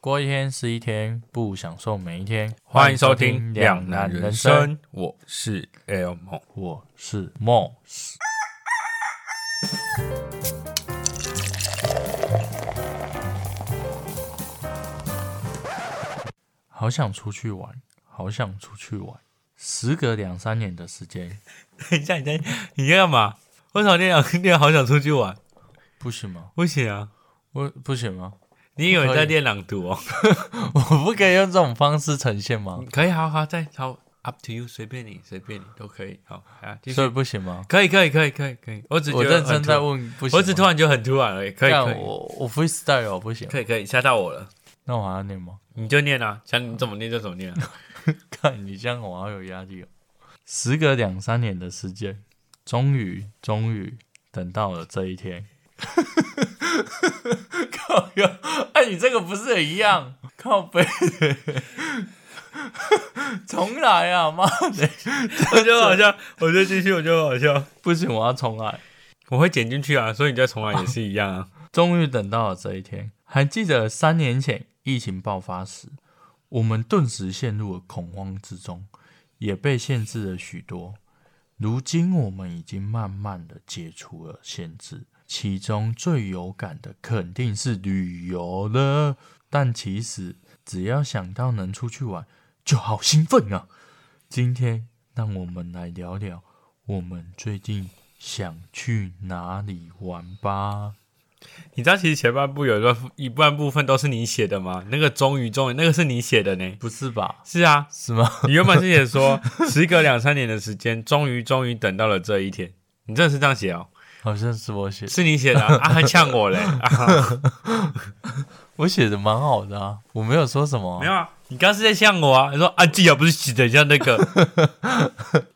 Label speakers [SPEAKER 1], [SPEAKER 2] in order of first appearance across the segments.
[SPEAKER 1] 过一天是一天，不享受每一天。
[SPEAKER 2] 欢迎收听《两
[SPEAKER 1] 难
[SPEAKER 2] 难人
[SPEAKER 1] 生》
[SPEAKER 2] 生》，我哎是 L 梦。
[SPEAKER 1] 我是 Mo。好想出去玩，好想出去玩。时隔两三年的时间，
[SPEAKER 2] 等一下，你在你在干嘛？为什么你想你好想出去玩？
[SPEAKER 1] 不行吗？
[SPEAKER 2] 不行啊！
[SPEAKER 1] 我不行吗？
[SPEAKER 2] 你以为你在练朗读哦？
[SPEAKER 1] 我不可以用这种方式呈现吗？
[SPEAKER 2] 可以，好好，再好，up to you，随便你，随便你都可以。好，来继续
[SPEAKER 1] 所。以不行吗？
[SPEAKER 2] 可以，可以，可以，可以，可以。我只
[SPEAKER 1] 我
[SPEAKER 2] 觉得
[SPEAKER 1] 认真
[SPEAKER 2] 很突
[SPEAKER 1] 在
[SPEAKER 2] 然，
[SPEAKER 1] 问，不行吗。
[SPEAKER 2] 我只突然就很突然而已。可以，
[SPEAKER 1] 干
[SPEAKER 2] 可以，
[SPEAKER 1] 我我 freestyle 我不行，
[SPEAKER 2] 可以，可以，吓到我了。
[SPEAKER 1] 那我还要念吗？
[SPEAKER 2] 你就念啊，想你怎么念就怎么念啊。
[SPEAKER 1] 看你这样，我好有压力哦。时隔两三年的时间，终于终于等到了这一天。 靠呀！哎，你这个不是也一样？靠背， 重来啊！妈的，
[SPEAKER 2] 我就好笑，我就继续，我就好笑。
[SPEAKER 1] 不行，我要重来。
[SPEAKER 2] 我会剪进去啊，所以你再重来也是一样啊。
[SPEAKER 1] 终于等到了这一天。还记得三年前疫情爆发时，我们顿时陷入了恐慌之中，也被限制了许多。如今我们已经慢慢的解除了限制，其中最有感的肯定是旅游了。但其实只要想到能出去玩，就好兴奋啊！今天让我们来聊聊我们最近想去哪里玩吧。
[SPEAKER 2] 你知道其实前半部有一段一半部分都是你写的吗？那个终于终于那个是你写的呢？
[SPEAKER 1] 不是吧？
[SPEAKER 2] 是啊，
[SPEAKER 1] 是吗？
[SPEAKER 2] 你原本是写 说时隔两三年的时间，终于终于等到了这一天。你真的是这样写哦？
[SPEAKER 1] 好像是我写，
[SPEAKER 2] 是你写 的啊，啊还呛我嘞？啊、
[SPEAKER 1] 我写的蛮好的啊，我没有说什么啊、
[SPEAKER 2] 没有啊，你刚刚是在呛我啊？你说啊，记啊，不是写的像那 个，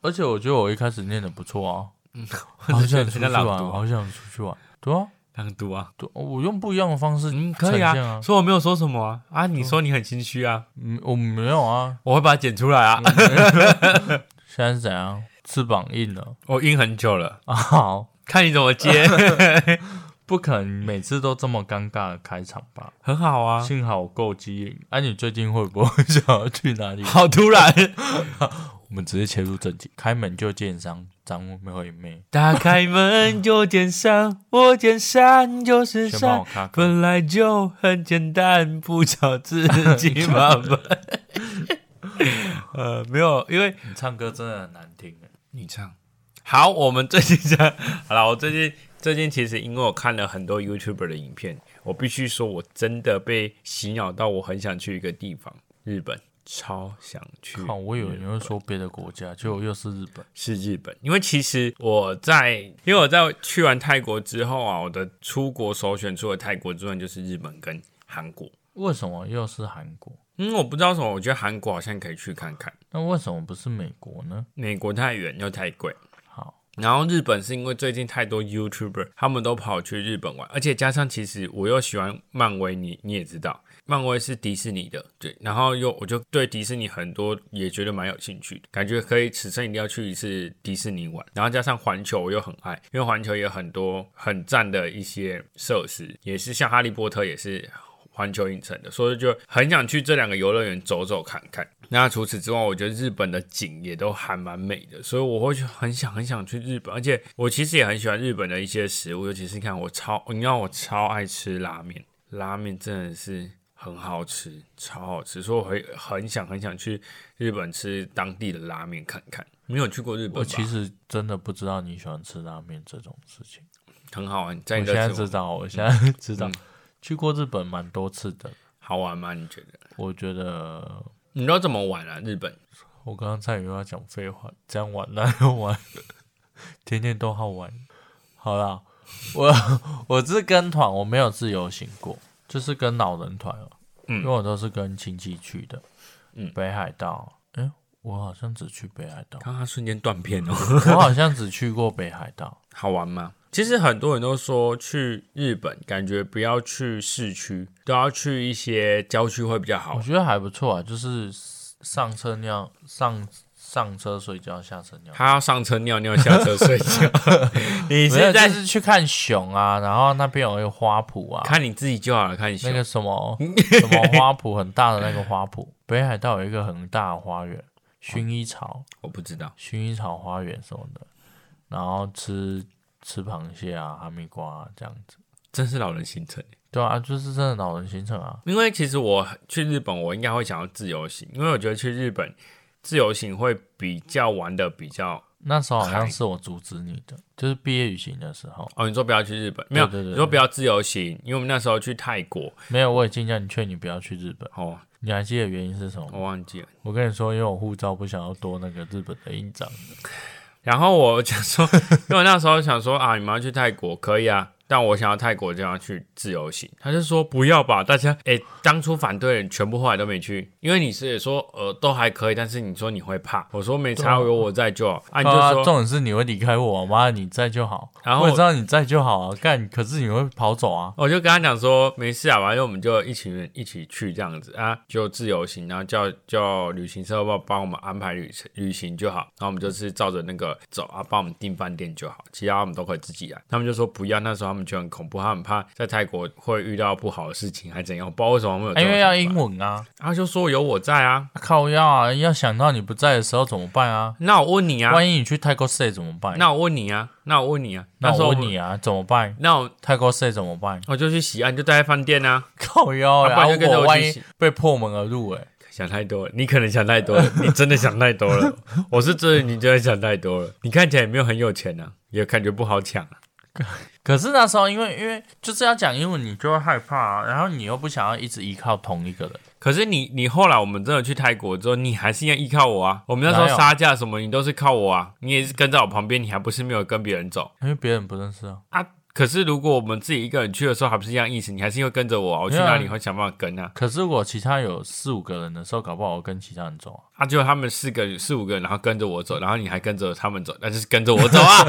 [SPEAKER 1] 而且我觉得我一开始念的不错 啊，好
[SPEAKER 2] 我只
[SPEAKER 1] 想
[SPEAKER 2] 是
[SPEAKER 1] 出
[SPEAKER 2] 觉
[SPEAKER 1] 去
[SPEAKER 2] 得很
[SPEAKER 1] 玩
[SPEAKER 2] 像朗
[SPEAKER 1] 啊，
[SPEAKER 2] 读啊
[SPEAKER 1] 好想出去玩，对啊，
[SPEAKER 2] 朗读啊，
[SPEAKER 1] 对，我用不一样的方式呈
[SPEAKER 2] 嗯，可以
[SPEAKER 1] 现
[SPEAKER 2] 啊
[SPEAKER 1] 啊，，
[SPEAKER 2] 所以我没有说什么啊，啊，你说你很心虚啊，
[SPEAKER 1] 嗯，我没有啊，
[SPEAKER 2] 我会把它剪出来啊，
[SPEAKER 1] 现在是怎样？翅膀硬了
[SPEAKER 2] 我晕很久了，
[SPEAKER 1] 啊，好，
[SPEAKER 2] 看你怎么 接，
[SPEAKER 1] 不可能每次都这么尴尬的开场吧？
[SPEAKER 2] 很好啊，
[SPEAKER 1] 幸好我够机灵。哎、你最近会不会想要去哪里？
[SPEAKER 2] 好突然。
[SPEAKER 1] 我们直接切入正题，开门就见伤，张惠妹，
[SPEAKER 2] 打开门就见山，我见山就是
[SPEAKER 1] 先帮
[SPEAKER 2] 山
[SPEAKER 1] 我，卡歌。
[SPEAKER 2] 本来就很简单，不找自己麻烦。 呃，没有，因为
[SPEAKER 1] 你唱歌真的很难听哎。
[SPEAKER 2] 你唱好，我们最近这样好了。我最近最近其实因为我看了很多 YouTuber 的影片，我必须说，我真的被洗脑到，我很想去一个地方，日本，超想去。
[SPEAKER 1] 靠，我以
[SPEAKER 2] 嗯
[SPEAKER 1] 为你会说别的国家，结果又是日本。
[SPEAKER 2] 是日本，因为其实我在，因为我在去完泰国之后啊，我的出国首选除了泰国之外就是日本跟韩国。
[SPEAKER 1] 为什么又是韩国？
[SPEAKER 2] 嗯，我不知道为什么，我觉得韩国好像可以去看看，
[SPEAKER 1] 那为什么不是美国呢？
[SPEAKER 2] 美国太远又太贵。
[SPEAKER 1] 好，
[SPEAKER 2] 然后日本是因为最近太多 YouTuber 他们都跑去日本玩，而且加上其实我又喜欢漫威，你你也知道，漫威是迪士尼的，对，然后又我就对迪士尼很多也觉得蛮有兴趣的，感觉可以此生一定要去一次迪士尼玩。然后加上环球我又很爱，因为环球也有很多很赞的一些设施，也是像哈利波特也是环球影城的，所以就很想去这两个游乐园走走看看。那除此之外，我觉得日本的景也都还蛮美的，所以我会去很想很想去日本，而且我其实也很喜欢日本的一些食物，尤其是看我超，你知道我超爱吃拉面，拉面真的是很好吃，超好吃，所以我会很想很想去日本吃当地的拉面看看。你有去过日本
[SPEAKER 1] 我
[SPEAKER 2] 吧？
[SPEAKER 1] 其实真的不知道你喜欢吃拉面这种事情。
[SPEAKER 2] 很好玩，在
[SPEAKER 1] 我
[SPEAKER 2] 你
[SPEAKER 1] 现在
[SPEAKER 2] 的
[SPEAKER 1] 知道，我现在知
[SPEAKER 2] 嗯
[SPEAKER 1] 道，去过日本蛮多次的。
[SPEAKER 2] 好玩吗？你觉得？
[SPEAKER 1] 我觉得
[SPEAKER 2] 你都怎么玩啊？日本？
[SPEAKER 1] 我刚刚差点又要讲废话，这样玩那样玩， 天天都好玩。好啦， 我我是跟团，我没有自由行过，就是跟老人团哦，
[SPEAKER 2] 嗯
[SPEAKER 1] 因为我都是跟亲戚去的，
[SPEAKER 2] 嗯，
[SPEAKER 1] 北海道，诶，我好像只去北海道
[SPEAKER 2] 刚刚瞬间断片哦。
[SPEAKER 1] 我好像只去过北海道，
[SPEAKER 2] 好玩吗？其实很多人都说去日本，感觉不要去市区，都要去一
[SPEAKER 1] 嗯
[SPEAKER 2] 些郊区会比较好
[SPEAKER 1] 我。觉得还不错啊，就是上车那样上上车睡觉，下车尿。
[SPEAKER 2] 他要上车尿尿，下 车睡觉。你
[SPEAKER 1] 没有，
[SPEAKER 2] 现
[SPEAKER 1] 就
[SPEAKER 2] 在
[SPEAKER 1] 是去看熊啊，然后那边有一个花圃啊，
[SPEAKER 2] 看你自己就好了，看你
[SPEAKER 1] 那
[SPEAKER 2] 熊
[SPEAKER 1] 个什么什么花圃，很大的那个花圃。北海道有一个很大的花园，薰衣草、
[SPEAKER 2] 我不知道，
[SPEAKER 1] 薰衣草花园什么的，然后吃吃螃蟹啊、哈密瓜、啊、这样子。
[SPEAKER 2] 真是老人行程。欸
[SPEAKER 1] 对啊，就是真的老人行程啊。
[SPEAKER 2] 因为其实我去日本，我应该会想要自由行，因为我觉得去日本自由行会比较玩的比较。
[SPEAKER 1] 那时候好像是我阻止你的，就是毕业旅行的时候，
[SPEAKER 2] 哦，你说不要去日本，没有，
[SPEAKER 1] 对对对
[SPEAKER 2] 你说不要自由行，因为我们那时候去泰国，
[SPEAKER 1] 没有，我也尽量劝你不要去日本。
[SPEAKER 2] 哦，
[SPEAKER 1] 你还记得原因是什么吗？
[SPEAKER 2] 我忘记了。
[SPEAKER 1] 我跟你说，因为我护照不想要多那个日本的印章。
[SPEAKER 2] 啊然后我就说， 因为那时候想说啊，你们要去泰国可以啊，但我想要泰国就要去自由行。他就说不要吧，大家诶、当初反对的人全部后来都没去，因为你是也说呃都还可以，但是你说你会怕，我说没差，有我在就好。啊，你就
[SPEAKER 1] 啊，
[SPEAKER 2] 说、
[SPEAKER 1] 重点是你会离开我，妈的你在就好。
[SPEAKER 2] 然后
[SPEAKER 1] 我也知道你在就好啊，干，可是你会跑走啊。
[SPEAKER 2] 我就跟他讲说没事啊，反正我们就一群人一起去这样子啊，就自由行，然后叫叫旅行社帮帮我们安排旅程旅行就好，然后我们就是照着那个走啊，帮我们订饭店就好，其他我们都可以自己来。他们就说不要，那时候他们就很恐怖，他们很怕在泰国会遇到不好的事情，还怎样，我不知道为什么他们有这
[SPEAKER 1] 哎
[SPEAKER 2] 种
[SPEAKER 1] 因为要英
[SPEAKER 2] 想法，
[SPEAKER 1] 文啊，
[SPEAKER 2] 他、就说有我在啊，
[SPEAKER 1] 靠要啊，要想到你不在的时候怎么办啊？
[SPEAKER 2] 那我问你啊，
[SPEAKER 1] 万一你去泰国 stay 怎么办？
[SPEAKER 2] 那我问你啊，那我问你啊，
[SPEAKER 1] 那
[SPEAKER 2] 时候
[SPEAKER 1] 我问你，啊，怎么办？
[SPEAKER 2] 那我
[SPEAKER 1] 泰国 stay 怎么办？
[SPEAKER 2] 我就去西安，就待在饭店啊。
[SPEAKER 1] 靠腰
[SPEAKER 2] 啊不
[SPEAKER 1] 然
[SPEAKER 2] 然
[SPEAKER 1] 后
[SPEAKER 2] 就跟着
[SPEAKER 1] 我
[SPEAKER 2] 我
[SPEAKER 1] 万
[SPEAKER 2] 去
[SPEAKER 1] 一
[SPEAKER 2] 洗
[SPEAKER 1] 被破门而入，哎，
[SPEAKER 2] 想太多了，你可能想太多了，你真的想太多 了。我是真的，你真的想太多了。你看起来也没有很有钱啊，也感觉不好抢啊。
[SPEAKER 1] 可是那时候因为因为就是要讲英文，你就会害怕啊，然后你又不想要一直依靠同一个人。
[SPEAKER 2] 可是你，你后来我们真的去泰国之后，你还是一样依靠我啊。我们那时
[SPEAKER 1] 哪有
[SPEAKER 2] 候杀价什么，你都是靠我啊，你也是跟在我旁边，你还不是没有跟别人走
[SPEAKER 1] 因为别人不认识啊，
[SPEAKER 2] 啊。可是如果我们自己一个人去的时候，还不是一样意思，你还是会跟着我啊。我去
[SPEAKER 1] 没有啊
[SPEAKER 2] 哪里会想办法跟啊。
[SPEAKER 1] 可是我其他有四五个人的时候，搞不好我跟其他人走啊。
[SPEAKER 2] 啊，就他们四个四五个人，然后跟着我走，然后你还跟着他们走，那就是跟着我走 啊，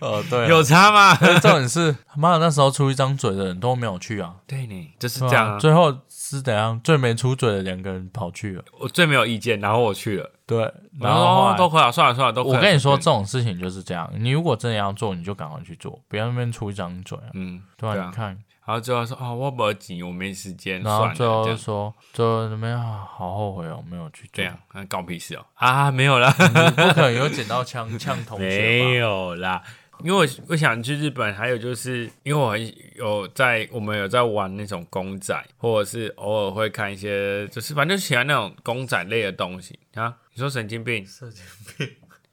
[SPEAKER 1] 哦，对
[SPEAKER 2] 有差 吗？
[SPEAKER 1] 重点是他妈的那时候出一张嘴的人都没有去啊，
[SPEAKER 2] 对呢，就是
[SPEAKER 1] 对啊
[SPEAKER 2] 这样啊。
[SPEAKER 1] 最后是怎样？最没出嘴的两个人跑去了。
[SPEAKER 2] 我最没有意见，然后我去了。
[SPEAKER 1] 对，然
[SPEAKER 2] 然
[SPEAKER 1] 后
[SPEAKER 2] 后
[SPEAKER 1] 后
[SPEAKER 2] 哦
[SPEAKER 1] 来
[SPEAKER 2] 都可以啊，算了算了，都可以
[SPEAKER 1] 我跟你说，这
[SPEAKER 2] 都可以
[SPEAKER 1] 种事情就是这样。你如果真的要做，你就赶快去做，不要那边出一张嘴啊。
[SPEAKER 2] 嗯，
[SPEAKER 1] 对
[SPEAKER 2] 对
[SPEAKER 1] 啊，
[SPEAKER 2] 啊
[SPEAKER 1] 你看，
[SPEAKER 2] 然后最后说哦，我没急，我没时间，
[SPEAKER 1] 然
[SPEAKER 2] 算
[SPEAKER 1] 后
[SPEAKER 2] 了，
[SPEAKER 1] 最后
[SPEAKER 2] 这
[SPEAKER 1] 就
[SPEAKER 2] 样
[SPEAKER 1] 说，最后那边啊，好后悔哦，没有去
[SPEAKER 2] 这
[SPEAKER 1] 做，
[SPEAKER 2] 样，啊搞屁事哦啊，没有啦，
[SPEAKER 1] 不可能有捡到 枪呛同
[SPEAKER 2] 没
[SPEAKER 1] 学吧？
[SPEAKER 2] 有啦。因为我我想去日本，还有就是因为我很有在我们有在玩那种公仔，或者是偶尔会看一些，就是反正喜欢那种公仔类的东西啊。你说神经病，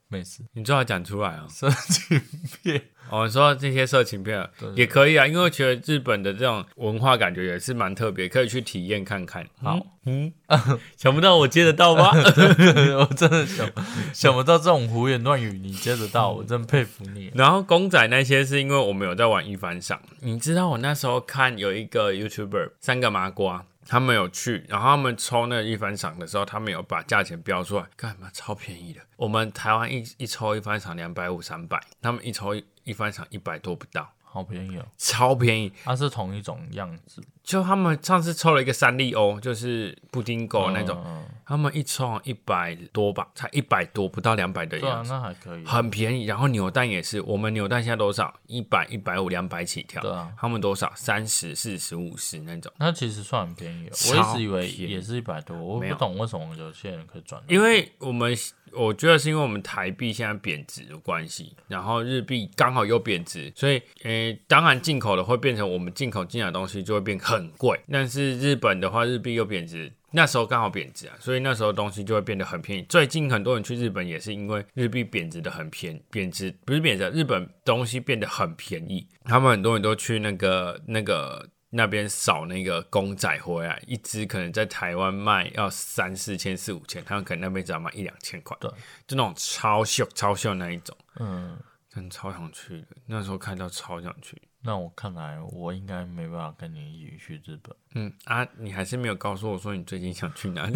[SPEAKER 1] 没事，
[SPEAKER 2] 你最好讲出来哦。
[SPEAKER 1] 神经病。
[SPEAKER 2] 哦，你说这些色情片啊
[SPEAKER 1] 对
[SPEAKER 2] 也可以啊，因为我觉得日本的这种文化感觉也是蛮特别，可以去体验看看。好，嗯， 想不到我接得到 吗？
[SPEAKER 1] 我真的想想不到这种胡言乱语，你接得到，我真佩服你。
[SPEAKER 2] 然后公仔那些是因为我们有在玩一番赏，你知道我那时候看有一个 YouTuber 三个麻瓜。他们有去，然后他们抽那个一番赏的时候，他们有把价钱标出来，干嘛超便宜的。我们台湾一一抽一番赏两百五三百，他们一抽一一番赏一百多不到，
[SPEAKER 1] 好便宜哦，
[SPEAKER 2] 超便宜。
[SPEAKER 1] 它是同一种样子，
[SPEAKER 2] 就他们上次抽了一个三丽鸥，就是布丁狗哦那种，
[SPEAKER 1] 嗯嗯
[SPEAKER 2] 他们一抽一百多吧，才一百多，不到两百的
[SPEAKER 1] 对啊
[SPEAKER 2] 样，子，
[SPEAKER 1] 那还可以。
[SPEAKER 2] 很便宜。然后扭蛋也是，我们扭蛋现在多少？一百、一百五、两百起跳。
[SPEAKER 1] 对啊
[SPEAKER 2] 他们多少？三十、四十、五十那种。
[SPEAKER 1] 那其实算很便宜了，我
[SPEAKER 2] 超
[SPEAKER 1] 一直以为
[SPEAKER 2] 便宜
[SPEAKER 1] 也是一百多，我
[SPEAKER 2] 没
[SPEAKER 1] 不
[SPEAKER 2] 有
[SPEAKER 1] 懂为什么有些人可以转。
[SPEAKER 2] 因为我们我觉得是因为我们台币现在贬值的关系，然后日币刚好又贬值，所以呃，当然进口的会变成我们进口进来的东西就会变很贵，但是日本的话，日币又贬值。那时候刚好贬值啊，所以那时候东西就会变得很便宜。最近很多人去日本也是因为日币贬值的很便贬值不是贬值，日本东西变得很便宜。他们很多人都去那个那个那边扫那个公仔回来，一只可能在台湾卖要三四千、四五千，他们可能那边只要卖一两千块，
[SPEAKER 1] 对，
[SPEAKER 2] 就那种超秀、超秀那一种，
[SPEAKER 1] 嗯，
[SPEAKER 2] 真的超想去的。那时候看到超想去，
[SPEAKER 1] 那我看来我应该没办法跟你一起去日本。
[SPEAKER 2] 嗯啊，你还是没有告诉我说你最近想去哪里？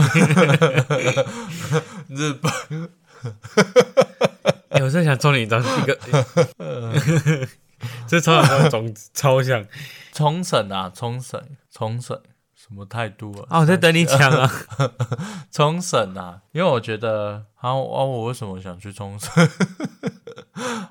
[SPEAKER 1] 日本，
[SPEAKER 2] 欸我真的想抽你一张一个， 这超想抽中，超想
[SPEAKER 1] 冲绳啊，冲绳，冲绳，什么态度啊？
[SPEAKER 2] 啊，我在等你讲啊。
[SPEAKER 1] 冲绳啊，因为我觉得，啊啊，我为什么想去冲绳？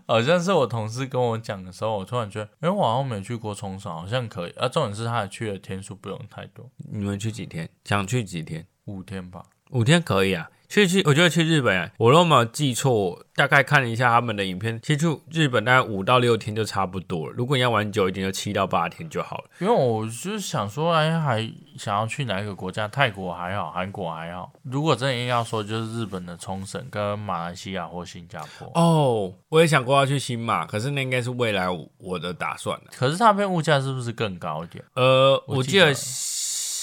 [SPEAKER 1] 好像是我同事跟我讲的时候，我突然觉得，因为我好像没去过冲绳，好像可以。啊，重点是他去的天数不用太多，
[SPEAKER 2] 你们去几天？想去几天？
[SPEAKER 1] 五天吧。
[SPEAKER 2] 五天可以啊。去去，我觉得去日本、啊，我若没有记错，我大概看了一下他们的影片，其实去日本大概五到六天就差不多了。如果你要玩久一点，就七到八天就好了。
[SPEAKER 1] 因为我就是想说，哎，还想要去哪一个国家？泰国还好，韩国还好。如果真的硬要说，就是日本的冲绳跟马来西亚或新加坡。
[SPEAKER 2] 哦，我也想过要去新马，可是那应该是未来我我的打算了。
[SPEAKER 1] 可是那边物价是不是更高一点？
[SPEAKER 2] 呃，
[SPEAKER 1] 我
[SPEAKER 2] 我
[SPEAKER 1] 记
[SPEAKER 2] 记
[SPEAKER 1] 得
[SPEAKER 2] 得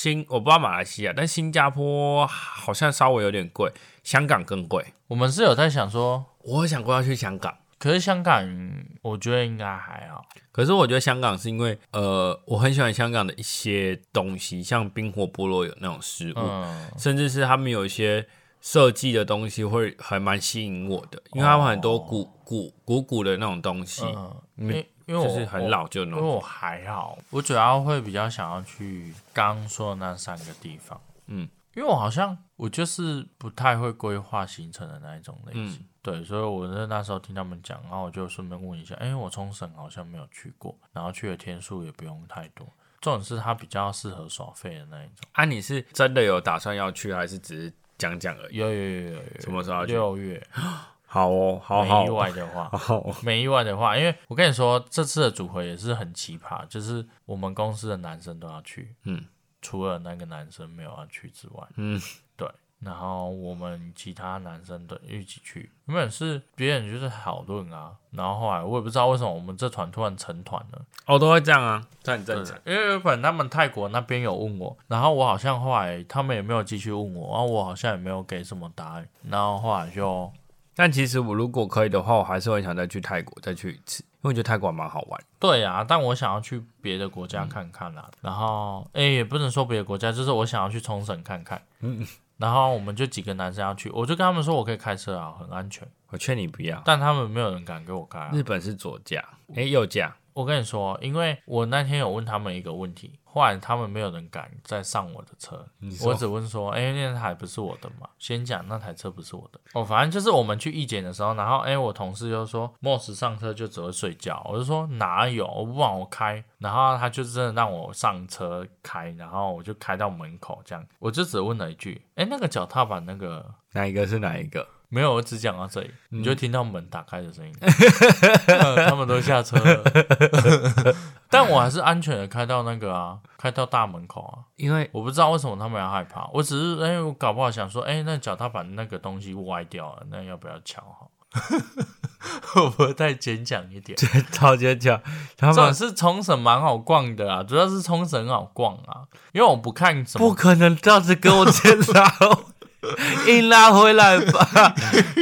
[SPEAKER 2] 新我不知道马来西亚，但新加坡好像稍微有点贵，香港更贵。
[SPEAKER 1] 我们是有在想说，
[SPEAKER 2] 我有想过要去香港。
[SPEAKER 1] 可是香港我觉得应该还好。
[SPEAKER 2] 可是我觉得香港是因为，呃，我很喜欢香港的一些东西，像冰火菠萝有那种食物，
[SPEAKER 1] 嗯，
[SPEAKER 2] 甚至是他们有一些设计的东西会还蛮吸引我的，因为他们很多古、古古古的那种东西，
[SPEAKER 1] 哦嗯，因
[SPEAKER 2] 嗯
[SPEAKER 1] 为因为我
[SPEAKER 2] 就是很，老旧的
[SPEAKER 1] 我
[SPEAKER 2] 那
[SPEAKER 1] 因为
[SPEAKER 2] 种。
[SPEAKER 1] 我还好，我主要会比较想要去刚刚说的那三个地方。
[SPEAKER 2] 嗯，
[SPEAKER 1] 因为我好像我就是不太会规划行程的那一种类型。对，所以我是那时候听他们讲，然后我就顺便问一下，哎、我冲绳好像没有去过，然后去的天数也不用太多，重点是它比较适合耍废的那一种。
[SPEAKER 2] 啊，你是真的有打算要去，还是只是讲讲而已？
[SPEAKER 1] 有有有有有
[SPEAKER 2] 什么时候要去？
[SPEAKER 1] 六月，
[SPEAKER 2] 好哦，好好
[SPEAKER 1] 没意外的话，
[SPEAKER 2] 好哦
[SPEAKER 1] 没意外的话，因为我跟你说，这次的组合也是很奇葩，就是我们公司的男生都要去，
[SPEAKER 2] 嗯，
[SPEAKER 1] 除了那个男生没有要去之外，
[SPEAKER 2] 嗯，
[SPEAKER 1] 对，然后我们其他男生的一起去，原本是别人就是讨论啊，然后后来我也不知道为什么我们这团突然成团了，
[SPEAKER 2] 哦，都会这样啊，这很正常。
[SPEAKER 1] 因为原本他们泰国那边有问我，然后我好像后来他们也没有继续问我，然后我好像也没有给什么答案，然后后来就
[SPEAKER 2] 但其实我如果可以的话，我还是会想再去泰国再去一次，因为我觉得泰国还蛮好玩。
[SPEAKER 1] 对啊，但我想要去别的国家看看啦。然后，哎、也不能说别的国家，就是我想要去冲绳看看。嗯， 然后我们就几个男生要去，我就跟他们说我可以开车啊，很安全。
[SPEAKER 2] 我劝你不要，
[SPEAKER 1] 但他们没有人敢给我开、啊。
[SPEAKER 2] 日本是左驾，诶，右驾，
[SPEAKER 1] 我跟你说，因为我那天有问他们一个问题，后来他们没有人敢再上我的车，
[SPEAKER 2] 说
[SPEAKER 1] 我只问说，哎、那台不是我的嘛？先讲那台车不是我的。哦，反正就是我们去义检的时候，然后哎、我同事就说莫 o 上车就只会睡觉，我就说哪有，我不让我开，然后他就真的让我上车开，然后我就开到门口这样，我就只问了一句，哎、那个脚踏板那个
[SPEAKER 2] 哪一个是哪一个？
[SPEAKER 1] 没有，我只讲到这里，你就听到门打开的声音，呃他们都下车了， 但我还是安全的开到那个啊，开到大门口啊。
[SPEAKER 2] 因为
[SPEAKER 1] 我不知道为什么他们要害怕，我只是哎、我搞不好想说，哎、那脚踏板那个东西歪掉了，那要不要敲好？ 会不会太牵强一点？
[SPEAKER 2] 超级巧，他
[SPEAKER 1] 这
[SPEAKER 2] 们
[SPEAKER 1] 是冲绳蛮好逛的啊，主要是冲绳很好逛啊，因为我不看什
[SPEAKER 2] 不
[SPEAKER 1] 么，
[SPEAKER 2] 可能这样子跟我直接拉，硬拉回来吧？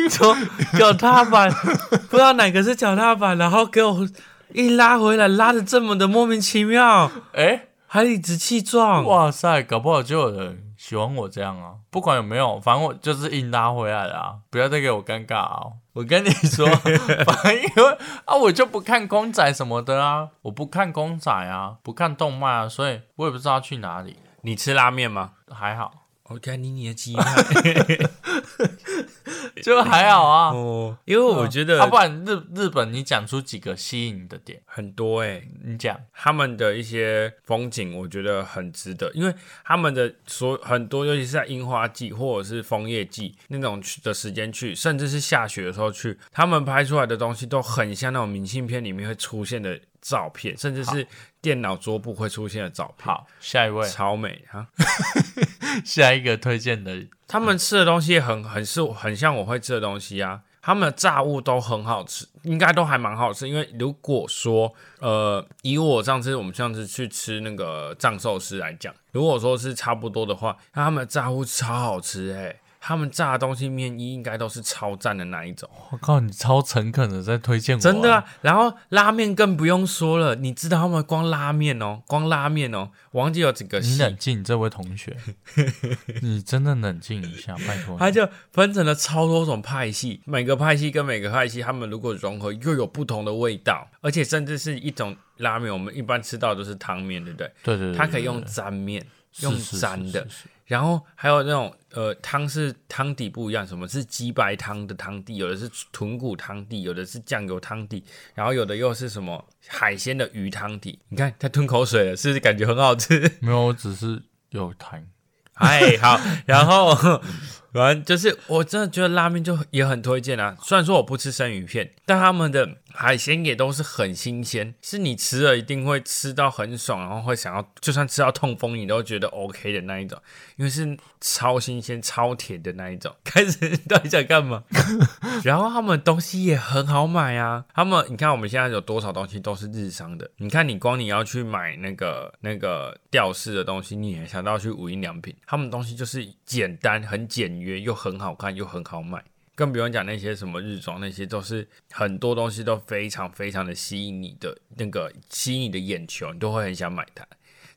[SPEAKER 2] 从脚踏板不知道哪个是脚踏板，然后给我硬拉回来，拉的这么的莫名其妙，
[SPEAKER 1] 哎、
[SPEAKER 2] 还理直气壮。
[SPEAKER 1] 哇塞，搞不好就有人喜欢我这样啊！不管有没有，反正我就是硬拉回来了啊！不要再给我尴尬啊！我跟你说， 反正因为啊，我就不看公仔什么的啊，我不看公仔啊，不看动漫啊，所以我也不知道去哪里。
[SPEAKER 2] 你吃拉面吗？
[SPEAKER 1] 还好，
[SPEAKER 2] 我看你你的鸡蛋
[SPEAKER 1] 就还好啊。
[SPEAKER 2] 哦，因为我觉得
[SPEAKER 1] 啊，不然日日本，你讲出几个吸引你的点？
[SPEAKER 2] 很多哎、
[SPEAKER 1] 你讲，
[SPEAKER 2] 他们的一些风景，我觉得很值得，因为他们的所很多，尤其是在樱花季或者是枫叶季那种去的时间去，甚至是下雪的时候去，他们拍出来的东西都很像那种明信片里面会出现的照片，甚至是电脑桌布会出现的照片，
[SPEAKER 1] 好，下一位，
[SPEAKER 2] 超美啊！
[SPEAKER 1] 下一个推荐的
[SPEAKER 2] 他们吃的东西也很很是很像我会吃的东西啊。他们的炸物都很好吃，应该都还蛮好吃。因为如果说，呃，以我上次我们上次去吃那个藏寿司来讲，如果说是差不多的话，那他们的炸物超好吃诶、他们炸的东西面衣应该都是超赞的那一种，
[SPEAKER 1] 我靠，你超诚恳的在推荐我、
[SPEAKER 2] 真的啊。然后拉面更不用说了，你知道他们光拉面哦，光拉面哦，忘记有几个
[SPEAKER 1] 你
[SPEAKER 2] 系
[SPEAKER 1] 冷静，这位同 学，你真的冷静一下，拜托
[SPEAKER 2] 它
[SPEAKER 1] 你。
[SPEAKER 2] 就分成了超多种派系，每个派系跟每个派系，他们如果融合，又有不同的味道，而且甚至是一种拉面，我们一般吃到都是汤面，对不对？
[SPEAKER 1] 对对对，
[SPEAKER 2] 它可以用
[SPEAKER 1] 对，对
[SPEAKER 2] 沾面，用
[SPEAKER 1] 是是
[SPEAKER 2] 粘的
[SPEAKER 1] 是是是
[SPEAKER 2] 然后还有那种呃汤是汤底不一样，什么是鸡白汤的汤底，有的是豚骨汤底，有的是酱油汤底，然后有的又是什么海鲜的鱼汤底。你看他吞口水了，是不是感觉很好吃？
[SPEAKER 1] 没有，我只是有痰。
[SPEAKER 2] 哎，好，然后反正就是我真的觉得拉面就也很推荐啊。虽然说我不吃生鱼片，但他们的海鲜也都是很新鲜，是你吃了一定会吃到很爽，然后会想要就算吃到痛风你都觉得 OK 的那一种，因为是超新鲜、超甜的那一种。开始 到底想干嘛？然后他们东西也很好买啊。他们，你看我们现在有多少东西都是日商的。你看，你光你要去买那个那个吊饰的东西，你也想到去无印良品。他们东西就是简单、很简约，又很好看，又很好买。更不用讲那些什么日妆，那些都是很多东西都非常非常的吸引你的那个吸引你的眼球，你都会很想买它。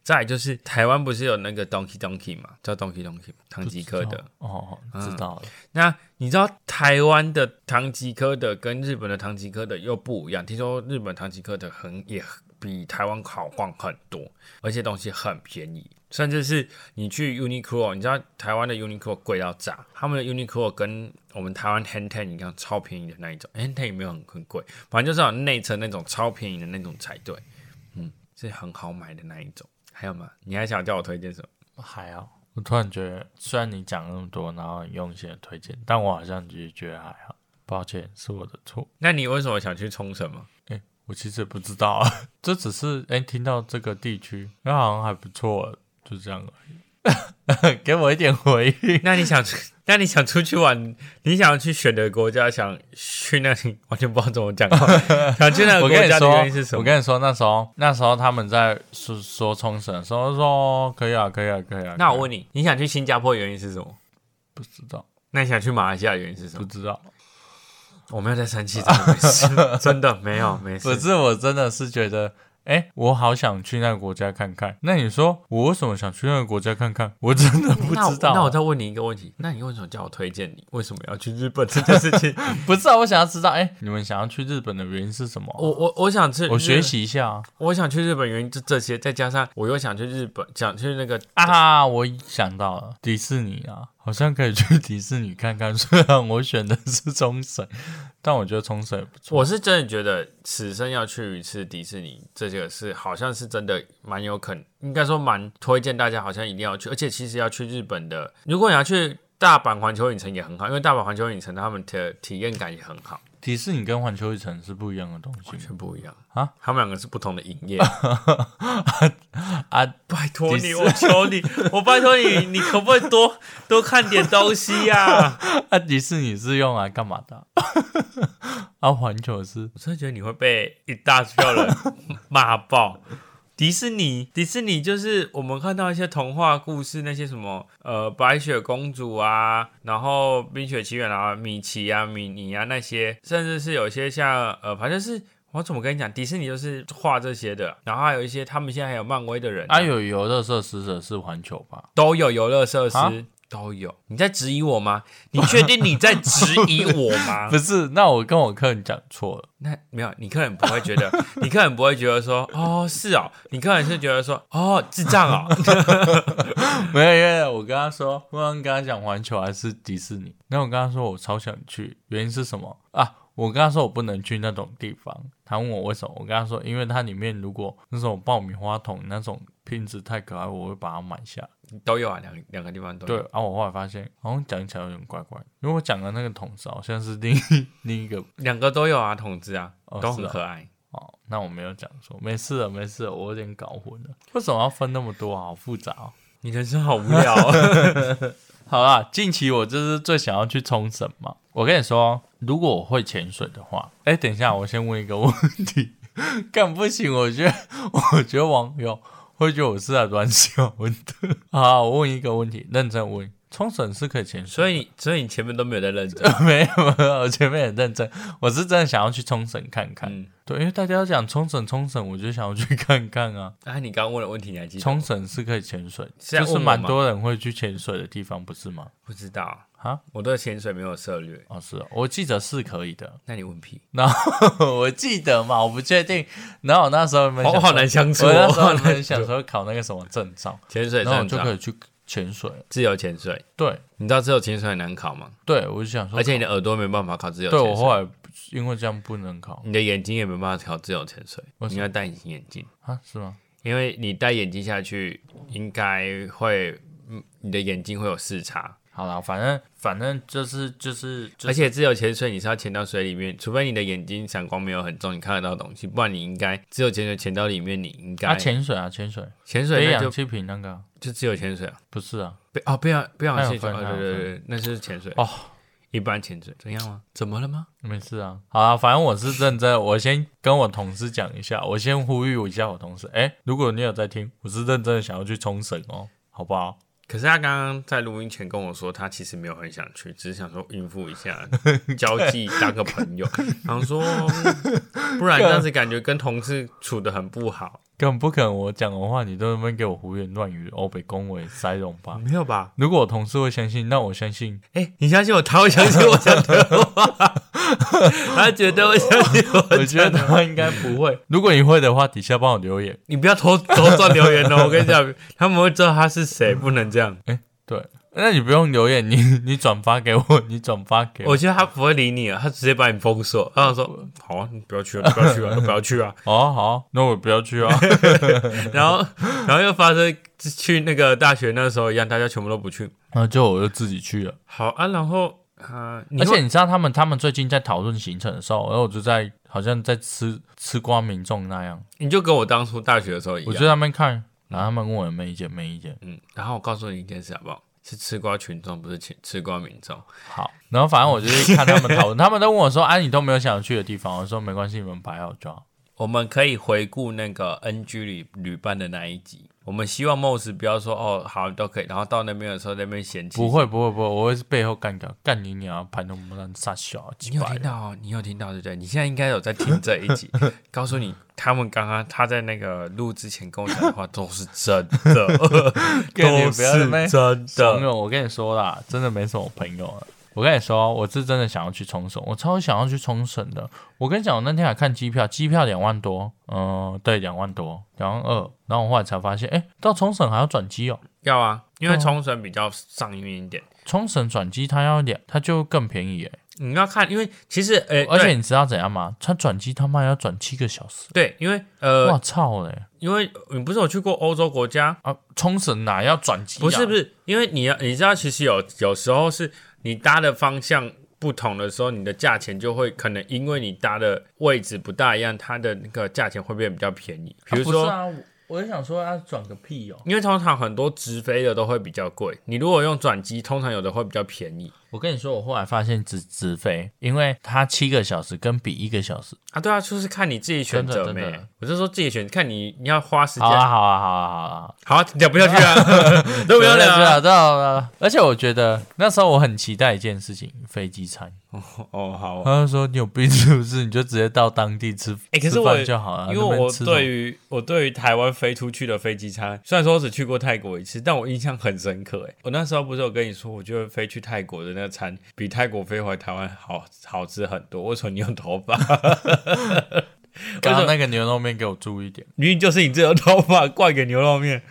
[SPEAKER 2] 再来就是台湾不是有那个 Donkey Donkey 嘛，叫 Donkey Donkey 吗？唐吉诃德，
[SPEAKER 1] 哦，
[SPEAKER 2] 嗯
[SPEAKER 1] 知道了。
[SPEAKER 2] 那你知道台湾的唐吉诃德跟日本的唐吉诃德又不一样？听说日本唐吉诃德很也比台湾好逛很多，而且东西很便宜，甚至是你去 Uniqlo，你知道台湾的 Uniqlo 贵到炸，他们的 Uniqlo 跟我们台湾 h a n t e n 一样超便宜的那一种 h a n t e n 也没有很很贵，反正就是有内层那种超便宜的那种才对，嗯，是很好买的那一种。还有吗？你还想叫我推荐什么？
[SPEAKER 1] 还好，我突然觉得，虽然你讲那么多，然后很用心的推荐，但我好像其实觉得还好。抱歉，是我的错。
[SPEAKER 2] 那你为什么想去冲绳吗？
[SPEAKER 1] 哎、我其实也不知道啊， 这只是哎、听到这个地区，那好像还不错，就这样而已。 给我一点回应。
[SPEAKER 2] 那你想出，那你想出去玩，你想要去选的国家，想去那里，完全不知道怎么 讲话。想去那个
[SPEAKER 1] 我
[SPEAKER 2] 国
[SPEAKER 1] 跟你
[SPEAKER 2] 家的原因是
[SPEAKER 1] 说，
[SPEAKER 2] 什
[SPEAKER 1] 我
[SPEAKER 2] 么？
[SPEAKER 1] 跟你说，那时候那时候他们在说说冲绳的时候，我说哦可以啊，可以啊，可以啊。
[SPEAKER 2] 那我
[SPEAKER 1] 可以啊
[SPEAKER 2] 问你，你想去新加坡的原因是什么？
[SPEAKER 1] 不知道，
[SPEAKER 2] 那你想去马来西亚的原因是什
[SPEAKER 1] 不
[SPEAKER 2] 么？
[SPEAKER 1] 知道。
[SPEAKER 2] 我没有在生气，真 的没事，真的没有没
[SPEAKER 1] 不
[SPEAKER 2] 事。
[SPEAKER 1] 是，我真的是觉得，哎、我好想去那个国家看看。那你说我为什么想去那个国家看看？我真的不
[SPEAKER 2] 那我
[SPEAKER 1] 知道。
[SPEAKER 2] 那我再问你一个问题，那你为什么叫我推荐你？为什么要去日本这件事 情？
[SPEAKER 1] 不是、啊，我想要知道，哎、你们想要去日本的原因是什么？
[SPEAKER 2] 我我我想去，
[SPEAKER 1] 我学，习一下啊！
[SPEAKER 2] 我想去日本原因就这些，再加上我又想去日本，想去那个
[SPEAKER 1] 啊哈，我想到了迪士尼啊，好像可以去迪士尼看 看。虽然我选的是冲绳，但我觉得冲绳也不错。
[SPEAKER 2] 我是真的觉得此生要去一次迪士尼，这个是好像是真的蛮有可能，应该说蛮推荐大家，好像一定要去。而且其实要去日本的，如果你要去大阪环球影城也很好，因为大阪环球影城他们的体验感也很好，
[SPEAKER 1] 迪士尼跟环球影城是不一样的东西
[SPEAKER 2] 完全不一样
[SPEAKER 1] 啊！
[SPEAKER 2] 他们两个是不同的营业。
[SPEAKER 1] 啊。
[SPEAKER 2] 拜托
[SPEAKER 1] 迪士
[SPEAKER 2] 你，我求你，我拜托你，你可不可以多多看点东西呀、
[SPEAKER 1] 啊，迪士尼是用来干嘛的啊？ 啊，环球是
[SPEAKER 2] 我真的觉得你会被一大票人骂爆。迪士尼，迪士尼就是我们看到一些童话故事，那些什么呃白雪公主啊，然后冰雪奇缘啊，米奇啊、米妮啊那些，甚至是有一些像呃，反正是我怎么跟你讲，迪士尼就是画这些的，然后还有一些他们现在还有漫威的人
[SPEAKER 1] 啊，有游乐设施的是环球吧？
[SPEAKER 2] 都有游乐设施、
[SPEAKER 1] 啊
[SPEAKER 2] 都有。你在质疑我吗？你确定你在质疑我吗？
[SPEAKER 1] 不是，那我跟我客人讲错了，
[SPEAKER 2] 那没有，你客人不会觉得，你客人不会觉得说，哦，是哦，你客人是觉得说，哦，智障哦，
[SPEAKER 1] 没有，因为我跟他说，我刚刚跟他讲环球还是迪士尼，那我跟他说我超想去，原因是什么啊？我跟他说我不能去那种地方，他问我为什么，我跟他说，因为它里面如果那种爆米花桶那种瓶子太可爱，我会把它买下来。
[SPEAKER 2] 都有啊，两两个地方都有。
[SPEAKER 1] 对，啊，我后来发现好像讲起来有点怪怪，因为我讲的那个桶子好像是另一另一个
[SPEAKER 2] 两个都有啊，筒子啊，
[SPEAKER 1] 哦
[SPEAKER 2] 都
[SPEAKER 1] 是
[SPEAKER 2] 很
[SPEAKER 1] 啊
[SPEAKER 2] 可爱。
[SPEAKER 1] 哦，那我没有讲错，没事了，没事了，我有点搞混了。为什么要分那么多啊？好复杂哦。
[SPEAKER 2] 你人生好无聊、哦。
[SPEAKER 1] 好啦，近期我就是最想要去冲绳嘛。我跟你说，哦如果我会潜水的话，哎、等一下，我先问一个问题。干不行，我觉得，我觉得网友会觉得我是在乱笑的。好，我问一个问题，认真问，冲绳是可以潜水？
[SPEAKER 2] 所以你，所以你前面都没有在认真。
[SPEAKER 1] 没有，没有，我前面很认真，我是真的想要去冲绳看看。
[SPEAKER 2] 嗯，
[SPEAKER 1] 对，因为大家要讲冲绳，冲绳，我就想要去看看啊。
[SPEAKER 2] 啊，你刚刚问的问题你还记得？
[SPEAKER 1] 冲绳是可以潜水，
[SPEAKER 2] 是在
[SPEAKER 1] 就是
[SPEAKER 2] 问我
[SPEAKER 1] 蛮
[SPEAKER 2] 吗
[SPEAKER 1] 多人会去潜水的地方，不是吗？
[SPEAKER 2] 不知道，
[SPEAKER 1] 哈，
[SPEAKER 2] 我对潜水没有涉略。
[SPEAKER 1] 哦，是哦我记得是可以的，
[SPEAKER 2] 那你问屁？
[SPEAKER 1] 我记得嘛，我不确定。然后我那时候有没有
[SPEAKER 2] 我
[SPEAKER 1] 想
[SPEAKER 2] 好
[SPEAKER 1] 说
[SPEAKER 2] 难相处
[SPEAKER 1] 我
[SPEAKER 2] 哦
[SPEAKER 1] 那时候有没有想说考那个什么证照，
[SPEAKER 2] 潜水
[SPEAKER 1] 然后我
[SPEAKER 2] 证
[SPEAKER 1] 就可以
[SPEAKER 2] 照，
[SPEAKER 1] 去潜水。
[SPEAKER 2] 自由潜水。
[SPEAKER 1] 对
[SPEAKER 2] 你知道自由潜水很难考吗？
[SPEAKER 1] 对，我就想说，
[SPEAKER 2] 而且你的耳朵没办法考自由
[SPEAKER 1] 对
[SPEAKER 2] 潜
[SPEAKER 1] 我
[SPEAKER 2] 水，
[SPEAKER 1] 后来因为这样不能考
[SPEAKER 2] 你的眼睛也没办法考自由潜水，你要戴隐形眼镜，
[SPEAKER 1] 啊，是吗？
[SPEAKER 2] 因为你戴眼镜下去应该会，嗯你的眼睛会有视差。
[SPEAKER 1] 好啦，反正反正就是就是，就
[SPEAKER 2] 而
[SPEAKER 1] 是
[SPEAKER 2] 且自由潜水你是要潜到水里面，除非你的眼睛闪光没有很重，你看得到东西，不然你应该自由潜水潜到里面，你应该
[SPEAKER 1] 啊，潜水啊，潜水，
[SPEAKER 2] 潜
[SPEAKER 1] 背
[SPEAKER 2] 水那
[SPEAKER 1] 氧
[SPEAKER 2] 就
[SPEAKER 1] 气瓶那个啊
[SPEAKER 2] 就自由潜水啊，
[SPEAKER 1] 不是啊，
[SPEAKER 2] 不哦不要不要
[SPEAKER 1] 还有
[SPEAKER 2] 潜水，
[SPEAKER 1] 分
[SPEAKER 2] 哦
[SPEAKER 1] 还有
[SPEAKER 2] 对对对，对那就是潜水
[SPEAKER 1] 哦，
[SPEAKER 2] 一般潜水怎样吗？怎么了吗？
[SPEAKER 1] 没事啊，好啊，反正我是认真的，我先跟我同事讲一下，我先呼吁一下我同事，哎、如果你有在听，我是认真的想要去冲绳哦，好不好？
[SPEAKER 2] 可是他刚刚在录音前跟我说，他其实没有很想去，只是想说应付一 下交际，当个朋 友。想说，嗯不然这样子感觉跟同事处的很不好。
[SPEAKER 1] 根本不可能，我讲的话你都能给我胡言乱语、欧北恭维、塞容吧。
[SPEAKER 2] 啊没有吧？
[SPEAKER 1] 如果我同事会相信，那我相 信
[SPEAKER 2] 哎、你相信我，他会相信我讲的 话，他绝对会相信我。
[SPEAKER 1] 我觉得他应该不会。如果你会的话，底下帮我留言。
[SPEAKER 2] 你不要偷偷转留言哦！我跟你 讲，他们会知道他是谁，不能这样。
[SPEAKER 1] 对，那你不用留言，你你转发给我，你转发给我
[SPEAKER 2] 我。觉得他不会理你了，他直接把你封锁。然后说：“好啊，你不要去了，不要去了，都不要去啊。”
[SPEAKER 1] 哦，好，那我不要去啊。
[SPEAKER 2] 然后，然后又发生去那个大学那时候一样，大家全部都不去。
[SPEAKER 1] 那就我就自己去了。
[SPEAKER 2] 好啊，然后啊、呃，你
[SPEAKER 1] 而
[SPEAKER 2] 会
[SPEAKER 1] 且你知道他们他们最近在讨论行程的时候，然后我就在好像在吃吃瓜民众那样，
[SPEAKER 2] 你就跟我当初大学的时候一
[SPEAKER 1] 我就
[SPEAKER 2] 样。
[SPEAKER 1] 在那边看，然后他们问我有没有意见，没意见。
[SPEAKER 2] 嗯，然后我告诉你一件事好不好？是吃瓜群众，不是吃吃瓜民众。
[SPEAKER 1] 好，然后反正我就是看他们讨论，他们都问我说：“啊，你都没有想去的地方？”我说：“没关系，你们排好就好。
[SPEAKER 2] 我们可以回顾那个 NG 旅旅伴的那一集。我们希望 Moss 不要说哦好都可以，然后到那边的时候在那边嫌”弃。
[SPEAKER 1] 不，会，不会，不会，我会是背后干掉，干你娘，盘龙不让傻小啊
[SPEAKER 2] 你
[SPEAKER 1] 几
[SPEAKER 2] 有
[SPEAKER 1] 百
[SPEAKER 2] 听
[SPEAKER 1] 人。
[SPEAKER 2] 到哦？你有听到对不对？你现在应该有在听这一 集。告诉你，他们刚刚他在那个录之前跟我讲的话都是真的。
[SPEAKER 1] 干 你不要在那边
[SPEAKER 2] 真
[SPEAKER 1] 朋。友，我跟你说啦，真的没什么朋友了。我跟你说，啊我是真的想要去冲绳，我超想要去冲绳的。我跟你讲，我那天还看机票，机票两万多，嗯、对，两万多，两万二。然后我后来才发现，哎，到冲绳还要转机哦。
[SPEAKER 2] 要啊，因为冲绳比较上面一点。
[SPEAKER 1] 冲绳转机它要两，它就更便宜哎。
[SPEAKER 2] 你要看，因为其实呃，
[SPEAKER 1] 而且
[SPEAKER 2] 对
[SPEAKER 1] 你知道怎样吗？它转机他妈要转七个小时，
[SPEAKER 2] 对，因为呃
[SPEAKER 1] 我，操嘞！
[SPEAKER 2] 因为你不是有去过欧洲国家？
[SPEAKER 1] 啊，冲绳哪要转机、啊？
[SPEAKER 2] 不是不是，因为你要你知道，其实有有时候是你搭的方向不同的时候，你的价钱就会可能因为你搭的位置不大一样，它的那个价钱会变得比较便宜。比如说，
[SPEAKER 1] 啊，我我就想说要转个屁哦。
[SPEAKER 2] 因为通常很多直飞的都会比较贵，你如果用转机，通常有的会比较便宜
[SPEAKER 1] 我跟你说，我后来发现直直飞，因为它七个小时跟比一个小时。
[SPEAKER 2] 啊。对啊，就是看你自己选
[SPEAKER 1] 真的
[SPEAKER 2] 择
[SPEAKER 1] 真的
[SPEAKER 2] 没。我就说自己选，看你你要花时间
[SPEAKER 1] 好。啊，好啊，好啊，好啊，
[SPEAKER 2] 好啊，聊不下 去啊，都不要聊
[SPEAKER 1] 对
[SPEAKER 2] 啊。
[SPEAKER 1] 啊，对啊，对啊。而且我觉得那时候我很期待一件事情，飞机餐。
[SPEAKER 2] 哦，好啊，
[SPEAKER 1] 他就说你有病是不是？你就直接到当地吃，
[SPEAKER 2] 哎可是
[SPEAKER 1] 吃
[SPEAKER 2] 我
[SPEAKER 1] 饭就好啊了。
[SPEAKER 2] 因为我对
[SPEAKER 1] 于
[SPEAKER 2] 于我对于台湾飞出去的飞机餐，虽然说我只去过泰国一次，但我印象很深刻。哎，我那时候不是有跟你说，我觉得飞去泰国的那个餐比泰国飞回台湾好好吃很多。为什么你有头发？
[SPEAKER 1] 刚刚那个牛肉面给我注意一点，
[SPEAKER 2] 明明就是你这有头发，怪给牛肉面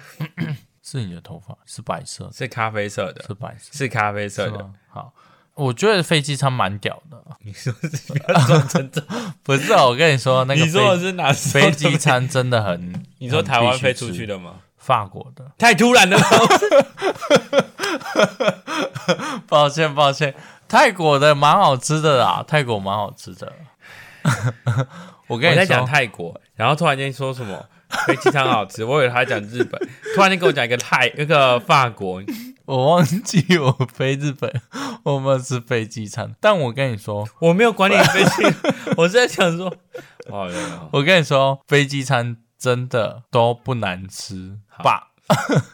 [SPEAKER 1] 是你的头发是白色的，
[SPEAKER 2] 是咖啡色的，
[SPEAKER 1] 是白色
[SPEAKER 2] 是咖啡色
[SPEAKER 1] 的是
[SPEAKER 2] 的。
[SPEAKER 1] 吗？好，我觉得飞机餐蛮屌 的。
[SPEAKER 2] 你说是不要装真的，
[SPEAKER 1] 不是、啊，我跟你说那个
[SPEAKER 2] 你
[SPEAKER 1] 飞
[SPEAKER 2] 说的是哪时候的
[SPEAKER 1] 飞机？餐真的很，
[SPEAKER 2] 你说台湾飞出
[SPEAKER 1] 很必须
[SPEAKER 2] 去
[SPEAKER 1] 吃
[SPEAKER 2] 的吗？
[SPEAKER 1] 法国的。
[SPEAKER 2] 太突然了吧，
[SPEAKER 1] 抱歉，抱歉，泰国的蛮好吃的啦，泰国蛮好吃的。 我跟
[SPEAKER 2] 我
[SPEAKER 1] 你
[SPEAKER 2] 在讲
[SPEAKER 1] 说，
[SPEAKER 2] 泰国，然后突然间说什么飞机餐好吃，我以为他讲日本，突然间跟我讲一个泰那个法国，
[SPEAKER 1] 我忘记我飞日本，我们吃飞机餐。但我跟你 说，
[SPEAKER 2] 我没有管你飞机， 我是在想说，哦，有 有
[SPEAKER 1] 我跟你说，飞机餐真的都不难吃吧？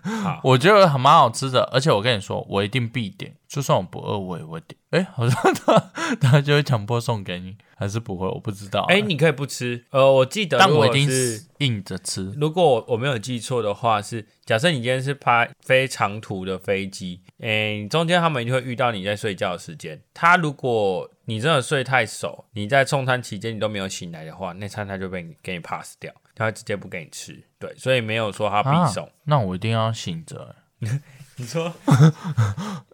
[SPEAKER 2] 好
[SPEAKER 1] 我觉得还蛮好吃的，而且我跟你说，我一定必点，就算我不饿，我也会点。哎、好像他他就会强迫送给你。还是不会，我不知道、
[SPEAKER 2] 哎、你可以不吃。呃，我记得
[SPEAKER 1] 但
[SPEAKER 2] 如
[SPEAKER 1] 我
[SPEAKER 2] 果
[SPEAKER 1] 一定
[SPEAKER 2] 是
[SPEAKER 1] 硬着吃。
[SPEAKER 2] 如果我没有记错的话，是假设你今天是拍飞长途的飞机，诶、中间他们一定会遇到你在睡觉的时间。他如果你真的睡太熟，你在送餐期间你都没有醒来的话，那餐他就被你给你 pass 掉，他会直接不给你吃。对，所以没有说他必
[SPEAKER 1] 啊
[SPEAKER 2] 送。
[SPEAKER 1] 那我一定要醒着、哎
[SPEAKER 2] 你说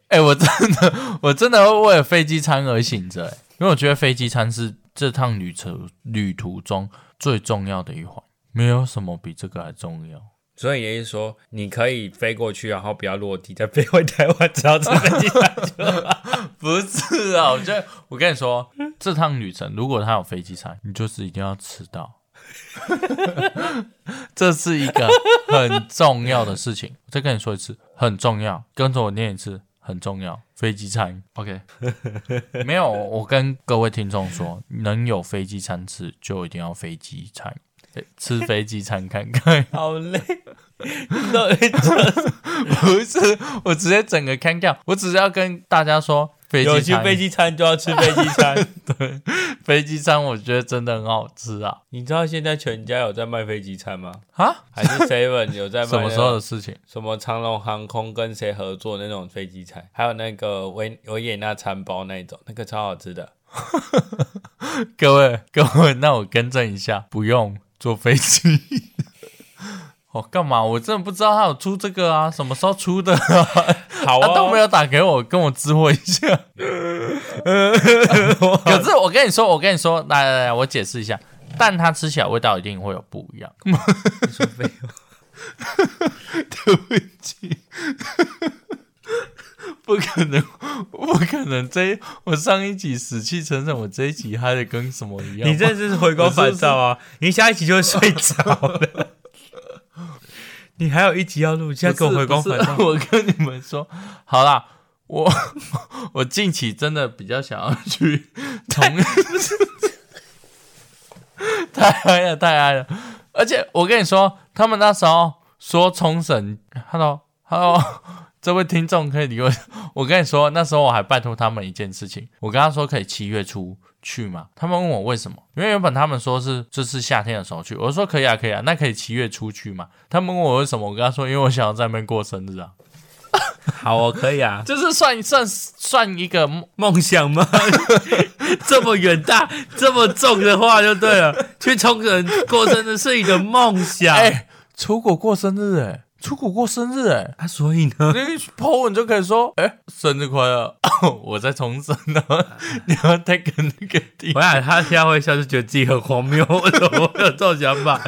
[SPEAKER 1] 哎、我真的，我真的会为了飞机餐而醒着、欸，因为我觉得飞机餐是这趟旅程旅途中最重要的一环，没有什么比这个还重要。
[SPEAKER 2] 所以也就是说，你可以飞过去，然后不要落地，再飞回台湾，只要吃飞机餐就好
[SPEAKER 1] 不是啊，我觉得我跟你说，这趟旅程如果它有飞机餐，你就是一定要吃到， 这是一个很重要的事情。我再跟你说一次，很重要，跟着我念一次，很重要。飞机餐，OK，没有，我跟各位听众说，能有飞机餐吃，就一定要飞机餐。诶吃飞机餐看看，
[SPEAKER 2] 好累。你都
[SPEAKER 1] 不是我直接整个看掉，我只是要跟大家说，飞
[SPEAKER 2] 有
[SPEAKER 1] 机
[SPEAKER 2] 去
[SPEAKER 1] 餐，
[SPEAKER 2] 飞机餐就要吃飞机餐。
[SPEAKER 1] 飞机餐，我觉得真的很好吃啊。
[SPEAKER 2] 你知道现在全家有在卖飞机餐吗？
[SPEAKER 1] 啊？
[SPEAKER 2] 还是 Seven 有在卖
[SPEAKER 1] 什
[SPEAKER 2] 那
[SPEAKER 1] 么
[SPEAKER 2] 种
[SPEAKER 1] 时候的事情？
[SPEAKER 2] 什么长龙航空跟谁合作那种飞机餐？还有那个维维也纳餐包那一种，那个超好吃的。
[SPEAKER 1] 各位 各位，那我更正一下，不用坐飞机。哦，干嘛？我真的不知道他有出这个啊，什么时候出的、啊？
[SPEAKER 2] 好
[SPEAKER 1] 他都没
[SPEAKER 2] 哦，
[SPEAKER 1] 有打给我，跟我知会一 下。可是我跟你说，我跟你说，来来来，我解释一下，但它吃起来味道一定会有不一样。 对不起，不可能，不可能！这一我上一集死气沉沉，我这一集嗨的跟什么一样？
[SPEAKER 2] 你这是回光返照啊！你下一集就会睡着了。 你还有一集要录，现在给我回光返照。
[SPEAKER 1] 不是不是 我跟你们说，好啦，我 我近期真的比较想要去同， 太嗨了，太嗨了！而且我跟你说，他们那时候说冲绳，Hello Hello，这 位听众可以理我。我跟你说，那时候我还拜托他们一件事情，我跟他说可以七月初去嘛，他们问我为什么，因为原本他们说是这是夏天的时候去，我就说可以啊，可以啊，那可以七月初去嘛。他们问我为什么，我跟他说因为我想要在那边过生日啊，
[SPEAKER 2] 好哦，可以啊。
[SPEAKER 1] 就是算算算一个
[SPEAKER 2] 梦想吗？ 这么远大、这么重的话就对了。去冲绳过生日是一个梦想，
[SPEAKER 1] 哎、出国过生日哎、出国过生日哎、
[SPEAKER 2] 啊，所以呢，
[SPEAKER 1] 那 po 文就可以说，哎、生日快乐！ 我在重生然后 你要再跟那个地
[SPEAKER 2] 我想他现在会笑，就觉得自己很荒谬， 为什么会有这种想法？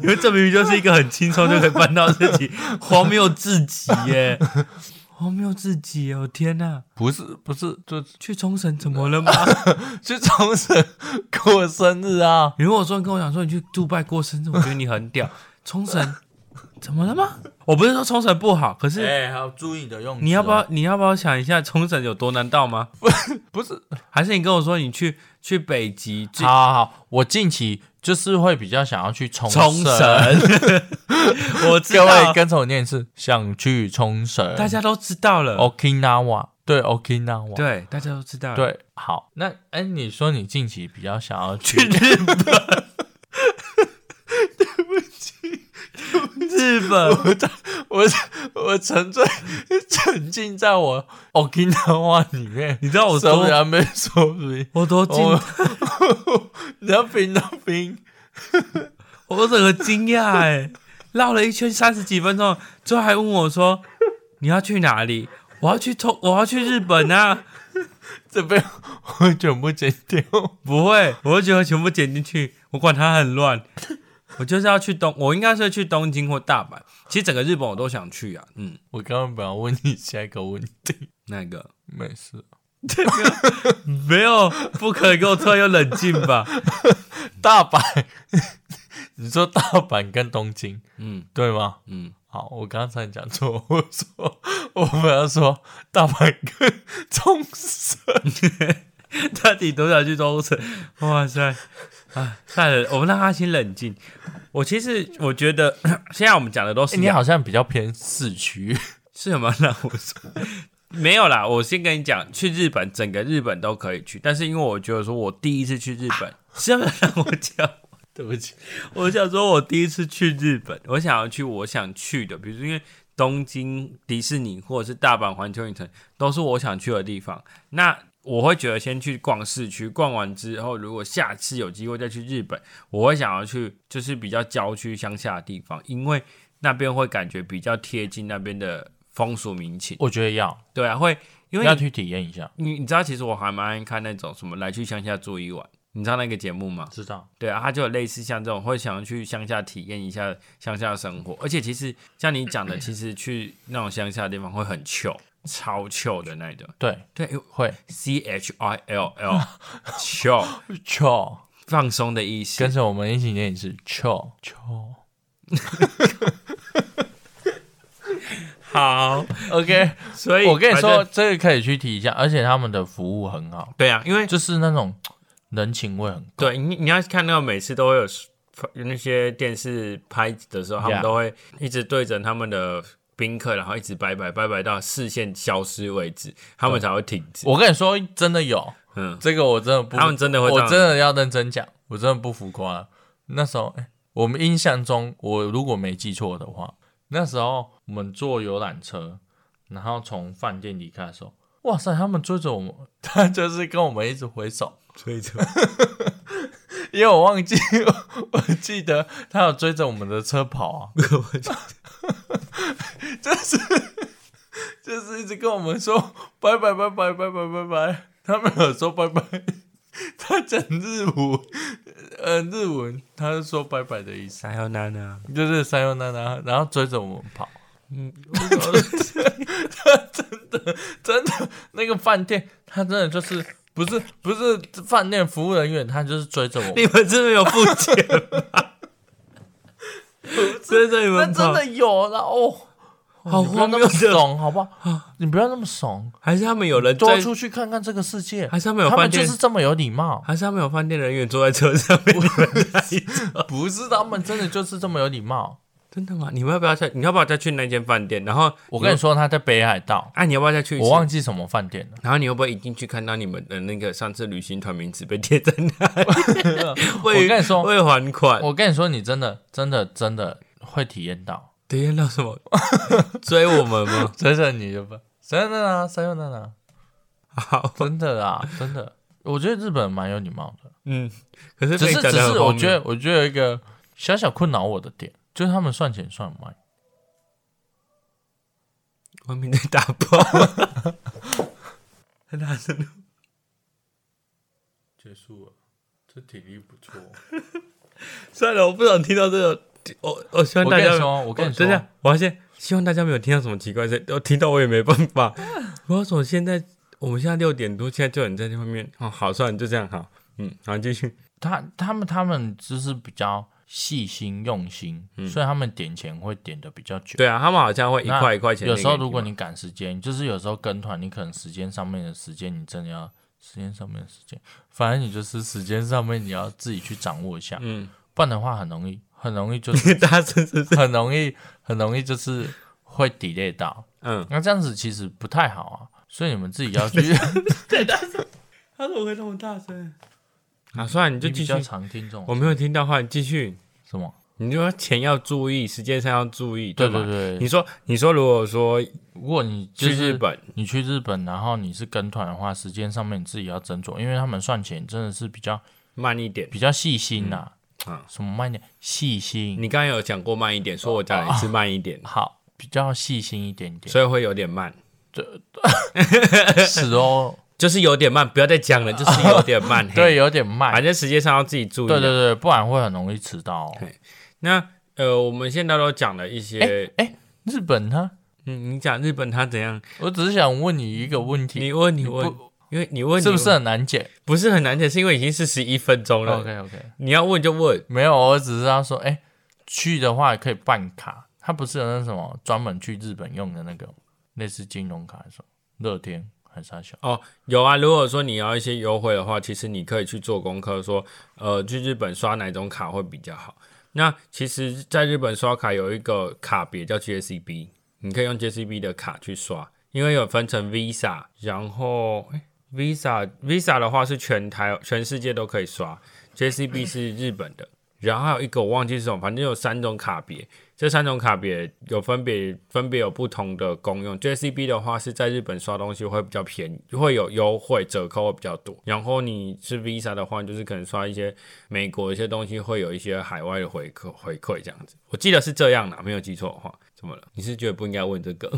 [SPEAKER 2] 因为这明明就是一个很轻松就可以办到的事情，荒谬至极耶，荒谬至极耶！我天哪，
[SPEAKER 1] 不是不是，就
[SPEAKER 2] 去冲绳怎么了吗？
[SPEAKER 1] 去重生过生日啊！
[SPEAKER 2] 你如果说跟我讲说你去杜拜过生日，我觉得你很屌。冲绳怎么了吗？我不是说冲绳不好，可是。
[SPEAKER 1] 哎、还啊要注意你的用
[SPEAKER 2] 你要不要？你要不要想一下冲绳有多难到吗？
[SPEAKER 1] 不是，
[SPEAKER 2] 还是你跟我说你去去北极最
[SPEAKER 1] 好好好，我近期就是会比较想要去冲
[SPEAKER 2] 冲绳？ 我知
[SPEAKER 1] 各位
[SPEAKER 2] 道，
[SPEAKER 1] 跟着我念一次，想去冲绳，
[SPEAKER 2] 大家都知道
[SPEAKER 1] 哦
[SPEAKER 2] 了。
[SPEAKER 1] Okinawa 对 Okinawa
[SPEAKER 2] 对，啊大家都知道了。
[SPEAKER 1] 对好，那哎、你说你近期比较想要去
[SPEAKER 2] 去日本。日本，
[SPEAKER 1] 我在 我 我沉醉沉浸在我 Okinawa 里面，
[SPEAKER 2] 你知道我
[SPEAKER 1] 手
[SPEAKER 2] 多
[SPEAKER 1] 还没说明，
[SPEAKER 2] 我多惊，
[SPEAKER 1] 我 nothing nothing，
[SPEAKER 2] 我整个惊讶哎，绕了一圈三十几分钟，最后还问我说 你要去哪里？我要去冲，我要去日本啊！
[SPEAKER 1] 这边我全部剪掉。
[SPEAKER 2] 不会，我会觉得全部剪进去，我管它很乱。 我就是要去东，我应该是会去东京或大阪。其实整个日本我都想去啊。嗯，
[SPEAKER 1] 我刚刚本来问你下一个问题，
[SPEAKER 2] 那个
[SPEAKER 1] 没事，嗯
[SPEAKER 2] 没有，不可以给我突然又冷静吧？
[SPEAKER 1] 大阪， 你说大阪跟东京
[SPEAKER 2] 嗯
[SPEAKER 1] 对吗？
[SPEAKER 2] 嗯，
[SPEAKER 1] 好，我刚才讲错，我说我本来说大阪跟冲绳，
[SPEAKER 2] 到底多少去东城？哇塞！啊，算了，我们让阿星冷静。我其实我觉得，
[SPEAKER 1] 哎
[SPEAKER 2] 现在我们讲的都是
[SPEAKER 1] 你好像比较偏市区。
[SPEAKER 2] 是什么？让我说，没有啦，我先跟你讲，去日本整个日本都可以去，但是因为我觉得说我第一次去日本，是不是让我讲？对不起，我想说，我第一次去日本，我想要去我想去的，比如说因为东京迪士尼或者是大阪环球影城都是我想去的地方。那我会觉得先去逛市区，逛完之后，如果下次有机会再去日本，我会想要去就是比较郊区乡下的地方，因为那边会感觉比较贴近那边的风俗民情。
[SPEAKER 1] 我觉得要
[SPEAKER 2] 对啊，会因为
[SPEAKER 1] 要去体验一下，
[SPEAKER 2] 你你知道，其实我还蛮爱看那种什么来去乡下住一晚，你知道那个节目吗？
[SPEAKER 1] 知道
[SPEAKER 2] 对啊，他就有类似像这种会想要去乡下体验一下乡下生活，而且其实像你讲的，其实去那种乡下的地方会很糗，超糗的那种。
[SPEAKER 1] 对
[SPEAKER 2] 对哎呦
[SPEAKER 1] 会
[SPEAKER 2] ，C H I L L，糗，
[SPEAKER 1] chill，
[SPEAKER 2] 放松的意思
[SPEAKER 1] 跟。着我们一起念一次 chill chill。
[SPEAKER 2] 好，
[SPEAKER 1] OK，
[SPEAKER 2] 所以
[SPEAKER 1] 我跟你
[SPEAKER 2] 反
[SPEAKER 1] 说，
[SPEAKER 2] 正，
[SPEAKER 1] 这个可以去提一下，而且他们的服务很好，
[SPEAKER 2] 对啊，因为
[SPEAKER 1] 就是那种人情味很够。
[SPEAKER 2] 对你你要看到每次都会有有那些电视拍的时候，他们
[SPEAKER 1] Yeah
[SPEAKER 2] 都会一直对着他们的宾客，然后一直拜拜拜拜到视线消失为止，他们才会停止。
[SPEAKER 1] 我跟你说，真的有
[SPEAKER 2] 嗯，
[SPEAKER 1] 这个，我真的不，
[SPEAKER 2] 他们真的会这
[SPEAKER 1] 我
[SPEAKER 2] 样
[SPEAKER 1] 真的要认真讲，我真的不浮夸。那时候，哎、我们印象中，我如果没记错的话，那时候我们坐游览车，然后从饭店离开的时候，哇塞，他们追着我们， 他就是跟我们一直挥手，
[SPEAKER 2] 追 着。
[SPEAKER 1] 因为我忘记， 我我记得他有追着我们的车跑啊， 就是就是一直跟我们说拜拜拜拜拜拜拜拜，他没有说拜拜， 他讲日文，呃日文，他是说拜拜的意思，
[SPEAKER 2] 还有娜娜，
[SPEAKER 1] 就是三幺娜娜，然后追着我们跑，
[SPEAKER 2] 嗯，
[SPEAKER 1] 真的那个饭店，他真的就是不是不是饭店服务人员，他就是追着我
[SPEAKER 2] 你
[SPEAKER 1] 们，
[SPEAKER 2] 们真的有付钱吗？追着你
[SPEAKER 1] 那
[SPEAKER 2] 们
[SPEAKER 1] 真
[SPEAKER 2] 跑，
[SPEAKER 1] 的有了哦。
[SPEAKER 2] 好
[SPEAKER 1] 你不要
[SPEAKER 2] 荒
[SPEAKER 1] 那
[SPEAKER 2] 谬
[SPEAKER 1] 么
[SPEAKER 2] 的，
[SPEAKER 1] 怂，好不
[SPEAKER 2] 啊
[SPEAKER 1] 好？你不要那么怂，
[SPEAKER 2] 还是他们有人
[SPEAKER 1] 多
[SPEAKER 2] 在，
[SPEAKER 1] 出去看看这个世界。
[SPEAKER 2] 还是他们有
[SPEAKER 1] 他
[SPEAKER 2] 饭
[SPEAKER 1] 们就
[SPEAKER 2] 店
[SPEAKER 1] 是，这么有礼 貌，
[SPEAKER 2] 还是他们有饭店人员坐在车上面？
[SPEAKER 1] 不是他们真的就是这么有礼貌。
[SPEAKER 2] 真的吗？你们要不要再？你要不要再去那间饭店？然后
[SPEAKER 1] 我跟你说，他在北海道，
[SPEAKER 2] 啊，你要不要再去一次？
[SPEAKER 1] 我忘记什么饭店了。
[SPEAKER 2] 然后你会不会一进去看到你们的那个上次旅行团名字被贴在那里？
[SPEAKER 1] 我跟你说
[SPEAKER 2] 未还款，
[SPEAKER 1] 我跟你说，你真的真的真的会体验到，
[SPEAKER 2] 体验到 什么？追我们吗？
[SPEAKER 1] 真的你就不真的啊，真的啊，
[SPEAKER 2] 好，
[SPEAKER 1] 真的啊，真的。我觉得日本人蛮有礼貌的，
[SPEAKER 2] 嗯，可是
[SPEAKER 1] 只
[SPEAKER 2] 被
[SPEAKER 1] 是
[SPEAKER 2] 讲
[SPEAKER 1] 只
[SPEAKER 2] 得很
[SPEAKER 1] 是我
[SPEAKER 2] 荒谬
[SPEAKER 1] 觉得我觉得有一个小小困扰我的点，就是他们算钱算慢。
[SPEAKER 2] 外面在打包， 很大声。
[SPEAKER 1] 结束了，这体力不错。
[SPEAKER 2] 算了，我不想听到这个。我我希望
[SPEAKER 1] 我
[SPEAKER 2] 大
[SPEAKER 1] 跟
[SPEAKER 2] 家哦
[SPEAKER 1] 你，说，我跟你说，
[SPEAKER 2] 等一下，我要先希望大家没有听到什么奇怪声， 我听到我也没办 法。我要说现在我们现在六点多，现在就有人在这外面。哦，好，算了，就这样好。嗯，好，继续。
[SPEAKER 1] 他他们他们就是比较细心用心，所以他们点钱会点的比较久。
[SPEAKER 2] 嗯对啊，他们好像会一
[SPEAKER 1] 那
[SPEAKER 2] 块一块钱那
[SPEAKER 1] 有
[SPEAKER 2] 个给
[SPEAKER 1] 时
[SPEAKER 2] 嘛。
[SPEAKER 1] 候如果你赶时间，就是有时候跟团，你可能时间上面的时间，你真的要时间上面的时间，反正你就是时间上面你要自己去掌握一下，
[SPEAKER 2] 嗯，
[SPEAKER 1] 不然的话很容易很容易就是
[SPEAKER 2] 大声是不是？
[SPEAKER 1] 很容易很容易就是会 delay 到。
[SPEAKER 2] 嗯，
[SPEAKER 1] 那这样子其实不太好啊，所以你们自己要 去
[SPEAKER 2] 他怎么会那么大声？啊，算了，你就
[SPEAKER 1] 你
[SPEAKER 2] 继
[SPEAKER 1] 比
[SPEAKER 2] 续
[SPEAKER 1] 较。常听这种
[SPEAKER 2] 我没有听到话，你继续。
[SPEAKER 1] 什么？
[SPEAKER 2] 你就说钱要注意，时间上要注意，
[SPEAKER 1] 对
[SPEAKER 2] 吗
[SPEAKER 1] 对？对，
[SPEAKER 2] 你说，你说，如果说
[SPEAKER 1] 如果你就
[SPEAKER 2] 去
[SPEAKER 1] 是
[SPEAKER 2] 日本，
[SPEAKER 1] 你去日本，然后你是跟团的话，时间上面你自己要斟酌，因为他们算钱真的是比较
[SPEAKER 2] 慢一点。
[SPEAKER 1] 比较细心呐、
[SPEAKER 2] 嗯啊
[SPEAKER 1] 什么慢一点，细心，
[SPEAKER 2] 你刚刚有讲过慢一
[SPEAKER 1] 哦
[SPEAKER 2] 点，说我讲了一次慢一点，
[SPEAKER 1] 好，比较细心一点点。
[SPEAKER 2] 所以会有点慢，
[SPEAKER 1] 是哦，
[SPEAKER 2] 就是有点慢，不要再讲了，就是有点慢。嘿啊
[SPEAKER 1] 对，，有点慢
[SPEAKER 2] 反。正时间上要自己注意。
[SPEAKER 1] 对对。对，不然会很容易迟到、哦。
[SPEAKER 2] 嘿那呃，我们现在都讲了一些，
[SPEAKER 1] 日本呢？
[SPEAKER 2] 嗯，你讲日本它怎样？
[SPEAKER 1] 我只是想问你一个问题，
[SPEAKER 2] 你问，你
[SPEAKER 1] 不
[SPEAKER 2] 问，因为你问
[SPEAKER 1] 是不是
[SPEAKER 2] 你问
[SPEAKER 1] 很难解
[SPEAKER 2] 不是很难解？是因为已经四十一分钟了。
[SPEAKER 1] ？OK OK，
[SPEAKER 2] 你要问就问，
[SPEAKER 1] 没有，我只是要说，哎、去的话可以办卡，它不是有那什么专门去日本用的那个类似金融卡还是什么乐天还是啥小？
[SPEAKER 2] 有啊。如果说你要一些优惠的话，其实你可以去做功课，说呃去日本刷哪种卡会比较好。那其实，在日本刷卡有一个卡别叫 JCB，你可以用 JCB 的卡去刷，因为有分成 Visa，然后诶 Visa Visa 的话是全台全世界都可以刷，JCB 是日本的，然后还有一个我忘记是什么，反正有三种卡别，这三种卡别有分别分别有不同的功用。JCB 的话是在日本刷东西会比较便宜，会有优惠折扣会比较多，然后你是 Visa 的话，就是可能刷一些美国一些东西会有一些海外的回馈回馈这样子，我记得是这样的，没有记错的话。怎么了？你是觉得不应该问这个？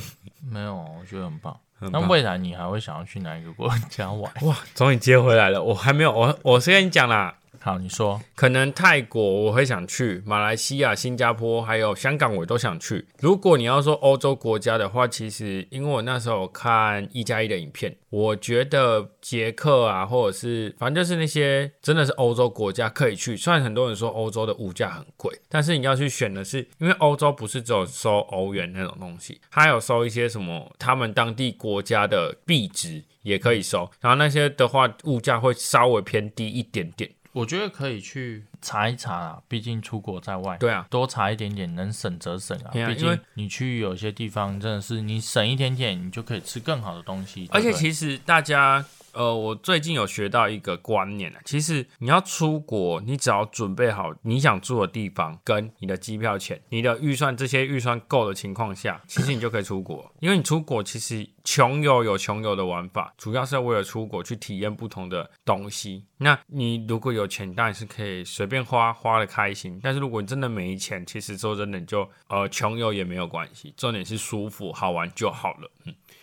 [SPEAKER 1] 没有，我觉得很棒。
[SPEAKER 2] 很
[SPEAKER 1] 那
[SPEAKER 2] 棒
[SPEAKER 1] 未来你还会想要去哪一个国家 玩？
[SPEAKER 2] 哇，终于接回来了，我还没有，我我是跟你讲啦，
[SPEAKER 1] 好，你说
[SPEAKER 2] 可能泰国我会想去，马来西亚、新加坡还有香港我都想去。如果你要说欧洲国家的话，其实因为我那时候有看一加一的影片，我觉得捷克啊，或者是反正就是那些真的是欧洲国家可以去。虽然很多人说欧洲的物价很贵，但是你要去选的是，因为欧洲不是只有收欧元那种东西，它有收一些什么他们当地国家的币值。也可以收，然后那些的话，物价会稍微偏低一点点。
[SPEAKER 1] 我觉得可以去查一查啦，毕竟出国在外，
[SPEAKER 2] 对啊，
[SPEAKER 1] 多查一点点，能省则省啊。
[SPEAKER 2] 对啊
[SPEAKER 1] 毕
[SPEAKER 2] 因
[SPEAKER 1] 竟
[SPEAKER 2] 为
[SPEAKER 1] 你去有些地方真的是你省一点点，你就可以吃更好的东西。
[SPEAKER 2] 而且
[SPEAKER 1] 对不对
[SPEAKER 2] 其实大家，呃，我最近有学到一个观念啊，其实你要出国，你只要准备好你想住的地方跟你的机票钱，你的预算这些预算够的情 况下，其实你就可以出国。因为你出国其实穷游有穷游的玩法，主要是为了出国去体验不同的东西。那你如果有钱，当然是可以随便花，花的开心。但是如果你真的没钱，其实说真的你就呃穷游也没有关系，重点是舒服好玩就好了。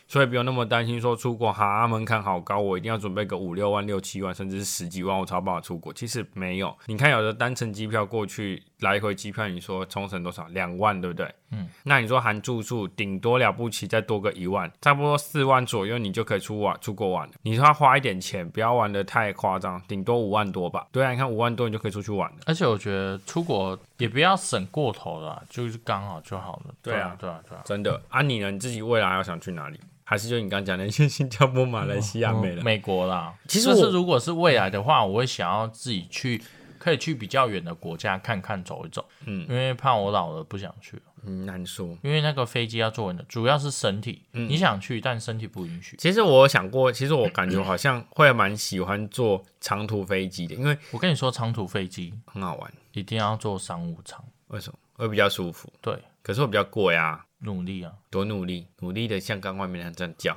[SPEAKER 2] 所以不用那么担心说出国哈啊门槛好高，我一定要准备个五六万、六七万，甚至是十几万，我才有办法出国。其实没有，你看有的单程机票过去来回机票，你说冲绳多少？两万，对不对？嗯，那你说含住宿，顶多了不起再多个一万，差不多四万左右，你就可以出玩出国玩了。你说要花一点钱，不要玩的太夸张，顶多五万多吧？对啊，你看五万多你就可以出去玩了。
[SPEAKER 1] 而且我觉得出国也不要省过头了啊，就是刚好就好了。
[SPEAKER 2] 对啊
[SPEAKER 1] 对啊，对啊。
[SPEAKER 2] 真的啊，你呢？你自己未来要想去哪里？还是就你刚讲的，些新加坡、马来西亚、美了
[SPEAKER 1] 嗯？美国啦。
[SPEAKER 2] 其实
[SPEAKER 1] 就
[SPEAKER 2] 我
[SPEAKER 1] 是如果是未来的话，我会想要自己去，可以去比较远的国家看看走一走。
[SPEAKER 2] 嗯，
[SPEAKER 1] 因为怕我老了不想去，
[SPEAKER 2] 嗯，难说。
[SPEAKER 1] 因为那个飞机要坐稳的，主要是身体。
[SPEAKER 2] 嗯
[SPEAKER 1] 你想去，但身体不允许。
[SPEAKER 2] 其实我有想过，其实我感觉好像会蛮喜欢坐长途飞机的，因为
[SPEAKER 1] 我跟你说，长途飞机
[SPEAKER 2] 很好玩。
[SPEAKER 1] 一定要坐商务舱。
[SPEAKER 2] 为什么？会比较舒服，
[SPEAKER 1] 对，
[SPEAKER 2] 可是我比较贵啊，
[SPEAKER 1] 努力啊，
[SPEAKER 2] 多努力，努力的像刚外面那样这样叫。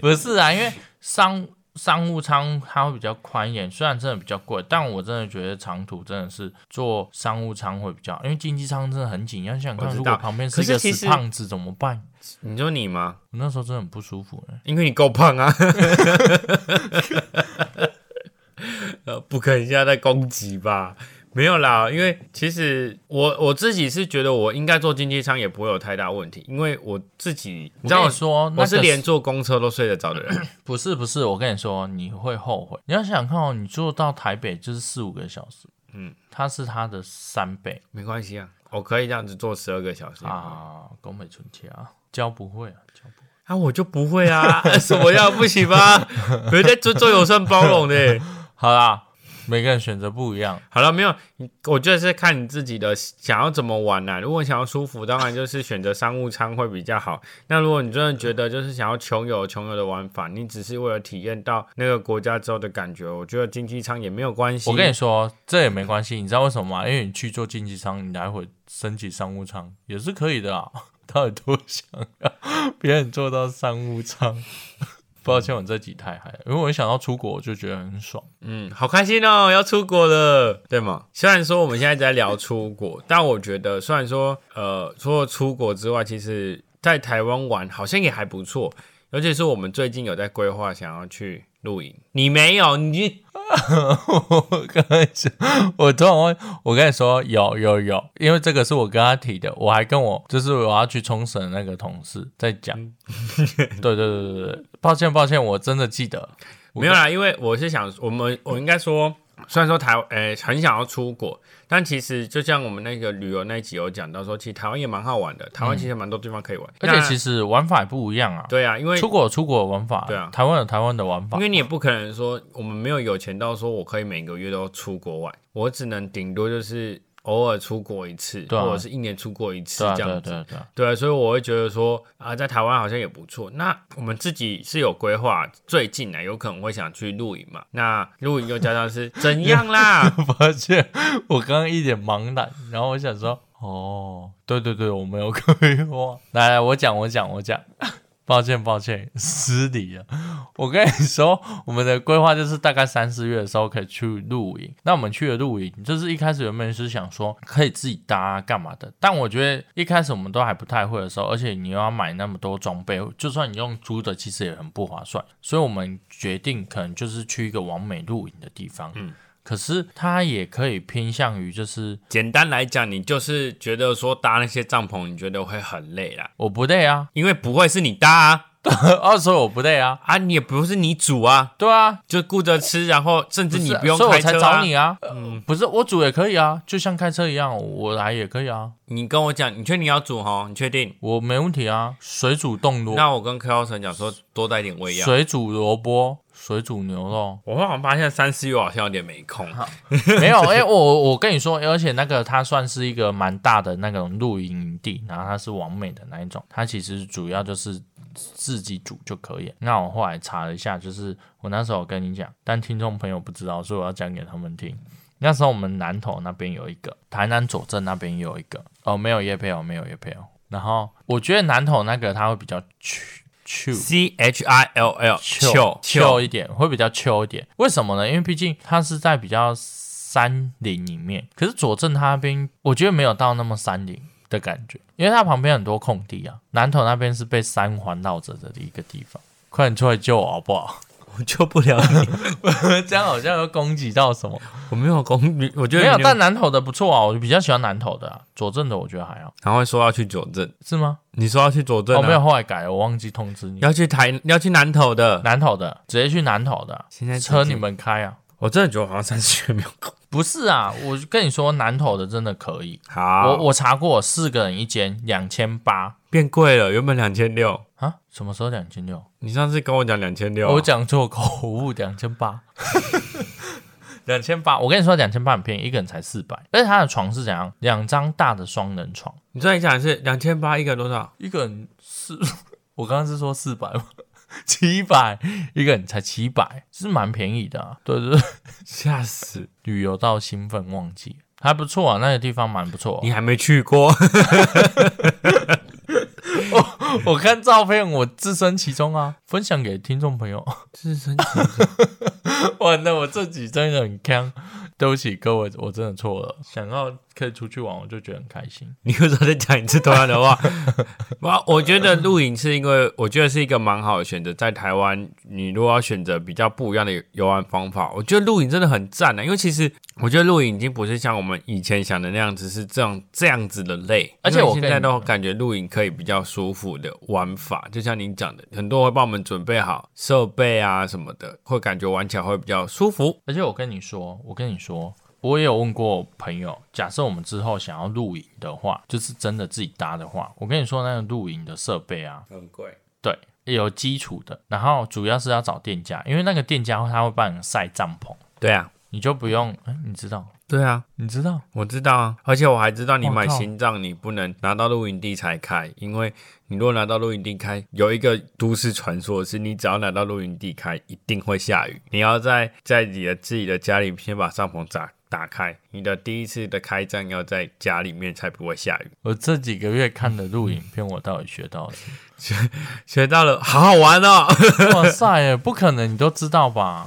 [SPEAKER 1] 不是啊，因为商商务舱它会比较宽一点，虽然真的比较贵，但我真的觉得长途真的是坐商务舱会比较，因为经济舱真的很紧。要想
[SPEAKER 2] 我
[SPEAKER 1] 看，
[SPEAKER 2] 知
[SPEAKER 1] 如
[SPEAKER 2] 道
[SPEAKER 1] 果旁边是一
[SPEAKER 2] 可
[SPEAKER 1] 个
[SPEAKER 2] 是其
[SPEAKER 1] 死
[SPEAKER 2] 实
[SPEAKER 1] 胖子怎么办？
[SPEAKER 2] 你说你吗？
[SPEAKER 1] 我那时候真的很不舒服、欸。
[SPEAKER 2] 因为你够胖啊。 呃，不可以现在在攻击吧？没有啦，因为其实我我自己是觉得我应该坐经济舱也不会有太大问题，因为我自己，你
[SPEAKER 1] 我
[SPEAKER 2] 知道
[SPEAKER 1] 跟
[SPEAKER 2] 我
[SPEAKER 1] 你说，那
[SPEAKER 2] 我是
[SPEAKER 1] 个
[SPEAKER 2] 连坐公车都睡得着的人。
[SPEAKER 1] 不是不是，我跟你说，你会后悔。你要想想看哦，你坐到台北就是四五个小时，
[SPEAKER 2] 嗯，
[SPEAKER 1] 它是它的三倍
[SPEAKER 2] 没关系啊，我可以这样子坐十二个小时啊
[SPEAKER 1] 啊，宫美纯切啊，教不会啊，教不会。
[SPEAKER 2] 啊，我就不 会啊，什么样不行吗？人家做做友善包容的、
[SPEAKER 1] 好啦，每个人选择不一样，
[SPEAKER 2] 好了，没有，你我觉得是看你自己的想要怎么玩啊啦、如果你想要舒服，当然就是选择商务舱会比较好。那如果你真的觉得就是想要穷游穷游的玩法，你只是为了体验到那个国家之后的感觉，我觉得经济舱也没有关系。
[SPEAKER 1] 我跟你说，这也没关系，你知道为什么吗？因为你去做经济舱，你来回升级商务舱也是可以的啊。 到底多想要别人做到商务舱？ 抱歉，我这集太嗨了，因为我一想到出国我就觉得很爽。
[SPEAKER 2] 嗯，好开心哦，要出国了，对吗？虽然说我们现在在聊出国，但我觉得虽然说呃，除了出国之外，其实在台湾玩好像也还不错，尤其是我们最近有在规划想要去露营，你没有，你去
[SPEAKER 1] 我跟你讲，我突然问，我跟你说有有有，因为这个是我跟他提的，我还跟我就是我要去冲绳的那个同事在讲。对对对对对，抱歉抱歉，我真的记得。
[SPEAKER 2] 没有啦， 因为我是想，我们我应该说，虽然说台呃很想要出国，但其实就像我们那个旅游那一集有讲到说，其实台湾也蛮好玩的，台湾其实蛮多地方可以玩，
[SPEAKER 1] 而且其
[SPEAKER 2] 实
[SPEAKER 1] 实玩法也不一样啊，
[SPEAKER 2] 对啊，因为
[SPEAKER 1] 出国有出国的玩法，
[SPEAKER 2] 对啊
[SPEAKER 1] 台湾有台湾的玩法
[SPEAKER 2] 因。为你也不可能说我们没有有钱到说我可以每个月都出国玩，我只能顶多就是偶尔出国一次，
[SPEAKER 1] 对啊
[SPEAKER 2] 或者是一年出国一次
[SPEAKER 1] 对啊，
[SPEAKER 2] 这
[SPEAKER 1] 对啊
[SPEAKER 2] 样子。
[SPEAKER 1] 对啊，对啊，
[SPEAKER 2] 对，所以我会觉得说啊，在台湾好像也不错。那我们自己是有规划，最近呢有可能会想去露营嘛？那露营又加上是怎样 啦？
[SPEAKER 1] 我发现我刚刚一脸茫然，然后我想说，哦，对对对，我没有规划。来来，我讲，我讲，我讲。 抱歉，抱歉，失礼了。我跟你说，我们的规划就是大概三四月的时候可以去露营。那我们去的露营，就是一开始原本是想说可以自己搭啊干嘛的，但我觉得一开始我们都还不太会的时候，而且你又要买那么多装备，就算你用租的，其实也很不划算。所以我们决定可能就是去一个完美露营的地方。嗯，可是它也可以偏向于就是
[SPEAKER 2] 简单来讲，你就是觉得说搭那些帐篷，你觉得会很累啦，
[SPEAKER 1] 我不累啊，
[SPEAKER 2] 因为不会是你搭啊，
[SPEAKER 1] 二所以我不累啊，
[SPEAKER 2] 啊你也不是你煮啊，
[SPEAKER 1] 对啊，
[SPEAKER 2] 就顾着吃，然后甚至
[SPEAKER 1] 不
[SPEAKER 2] 你
[SPEAKER 1] 是
[SPEAKER 2] 不用
[SPEAKER 1] 所以我
[SPEAKER 2] 开
[SPEAKER 1] 才
[SPEAKER 2] 车
[SPEAKER 1] 找
[SPEAKER 2] 啊。
[SPEAKER 1] 你啊。嗯，不是我煮也可以啊，就像开车一样，我来也可以啊，
[SPEAKER 2] 你跟我讲，你确定要煮哦？你确定？
[SPEAKER 1] 我没问题啊。水煮冻
[SPEAKER 2] 那
[SPEAKER 1] 螺，
[SPEAKER 2] 我跟 K 神讲说多带一点胃药。，
[SPEAKER 1] 水煮萝卜，水煮牛肉
[SPEAKER 2] 我好像发现三四月好像有点没空，
[SPEAKER 1] 没有哎、我我跟你说，而且那个它算是一个蛮大的那种露营营地，然后它是完美的那一种，它其实主要就是。自己煮就可以。那我后来查了一下，就是我那时候有跟你讲，但听众朋友不知道，所以我要讲给他们听。那时候我们南投那边有一个，台南左镇那边也有一个，哦，没有叶配哦，没有叶配哦。然后我觉得南投那个它会比较 chill chill
[SPEAKER 2] C H I L L
[SPEAKER 1] 秋秋一点，会比较秋一点。为什么呢？因为毕竟它是在比较山林里面，可是左镇它那边我觉得没有到那么山林的感觉，因为它旁边很多空地啊。南投那边是被山环绕着的一个地方，快点出来救我好不好？
[SPEAKER 2] 我救不了你，
[SPEAKER 1] 这样好像又攻击到什么？
[SPEAKER 2] 我没有攻，我觉得
[SPEAKER 1] 没有，
[SPEAKER 2] 你
[SPEAKER 1] 但南投的不错啊，我比较喜欢南投的、啊，左镇的我觉得还好，
[SPEAKER 2] 然后说要去左镇，
[SPEAKER 1] 是吗？
[SPEAKER 2] 你说要去左镇、啊，
[SPEAKER 1] 哦，没有，后来改了，我忘记通知你。
[SPEAKER 2] 要去台，要去南投的。
[SPEAKER 1] 南投的直接去南投的啊，
[SPEAKER 2] 现在
[SPEAKER 1] 车
[SPEAKER 2] 最
[SPEAKER 1] 你
[SPEAKER 2] 近，
[SPEAKER 1] 们开啊？
[SPEAKER 2] 我真的觉得好像三四月没有空。
[SPEAKER 1] 不是啊，我跟你说，南投的真的可以。
[SPEAKER 2] 好，
[SPEAKER 1] 我我查过，四个人一间，两千八
[SPEAKER 2] 变贵了，原本两千六，
[SPEAKER 1] 啊？什么时候两千六？
[SPEAKER 2] 你上次跟我讲两千六，
[SPEAKER 1] 我讲错口误，两千八，两千八。我跟你说，两千八很便宜，一个人才四百，而且他的床是怎样？两张大的双人床，
[SPEAKER 2] 你再讲是两千八一个多少？
[SPEAKER 1] 一个人四， 我刚刚是说四百吗？七百，一个人才七百，是蛮便宜的、啊。对对对，
[SPEAKER 2] 吓死！
[SPEAKER 1] 旅游到兴奋忘记，还不错啊，那个地方蛮不错、
[SPEAKER 2] 你还没去 过，
[SPEAKER 1] 我看照片，我置身其中啊，分享给听众朋友。
[SPEAKER 2] 是神
[SPEAKER 1] 完了，我这集真的很坑，对不起各位，我真的错了。想要可以出去玩，我就觉得很开心。
[SPEAKER 2] 你又说再讲一次同样的话， 我我觉得露营是因为我觉得是一个蛮好的选择，在台湾你如果要选择比较不一样的游玩方法，我觉得露营真的很赞的、因为其实我觉得露营已经不是像我们以前想的那样子是这样这样子的累，
[SPEAKER 1] 而且
[SPEAKER 2] 因为
[SPEAKER 1] 我
[SPEAKER 2] 嗯现
[SPEAKER 1] 跟
[SPEAKER 2] 在
[SPEAKER 1] 你
[SPEAKER 2] 都感觉露营可以比较舒服的玩法，就像您讲的，很多会帮我们准备好设备啊什么的，会感觉玩起来会比较舒服。
[SPEAKER 1] 而且我跟你说，我跟你说，我也有问过朋友，假设我们之后想要露营的话，就是真的自己搭的话，我跟你说，那个露营的设备啊，
[SPEAKER 2] 很贵，
[SPEAKER 1] 对，有基础的，然后主要是要找店家，因为那个店家他会帮你晒帐篷，
[SPEAKER 2] 对啊，
[SPEAKER 1] 你就不用，哎、你知道，
[SPEAKER 2] 对啊，
[SPEAKER 1] 你知道，
[SPEAKER 2] 我知道啊，而且我还知道你
[SPEAKER 1] 我
[SPEAKER 2] 买
[SPEAKER 1] 靠
[SPEAKER 2] 新帐，你不能拿到露营地才开，因为你如果拿到露营地开，有一个都市传说是，你只要拿到露营地开，一定会下雨。你要在在你的自己的家里先把帐篷打打开，你的第一次的开战要在家里面才不会下雨。
[SPEAKER 1] 我这几个月看的录影片，我到底学到了什么？
[SPEAKER 2] 学到了，好好玩哦！
[SPEAKER 1] 哇塞耶，不可能，你都知道吧？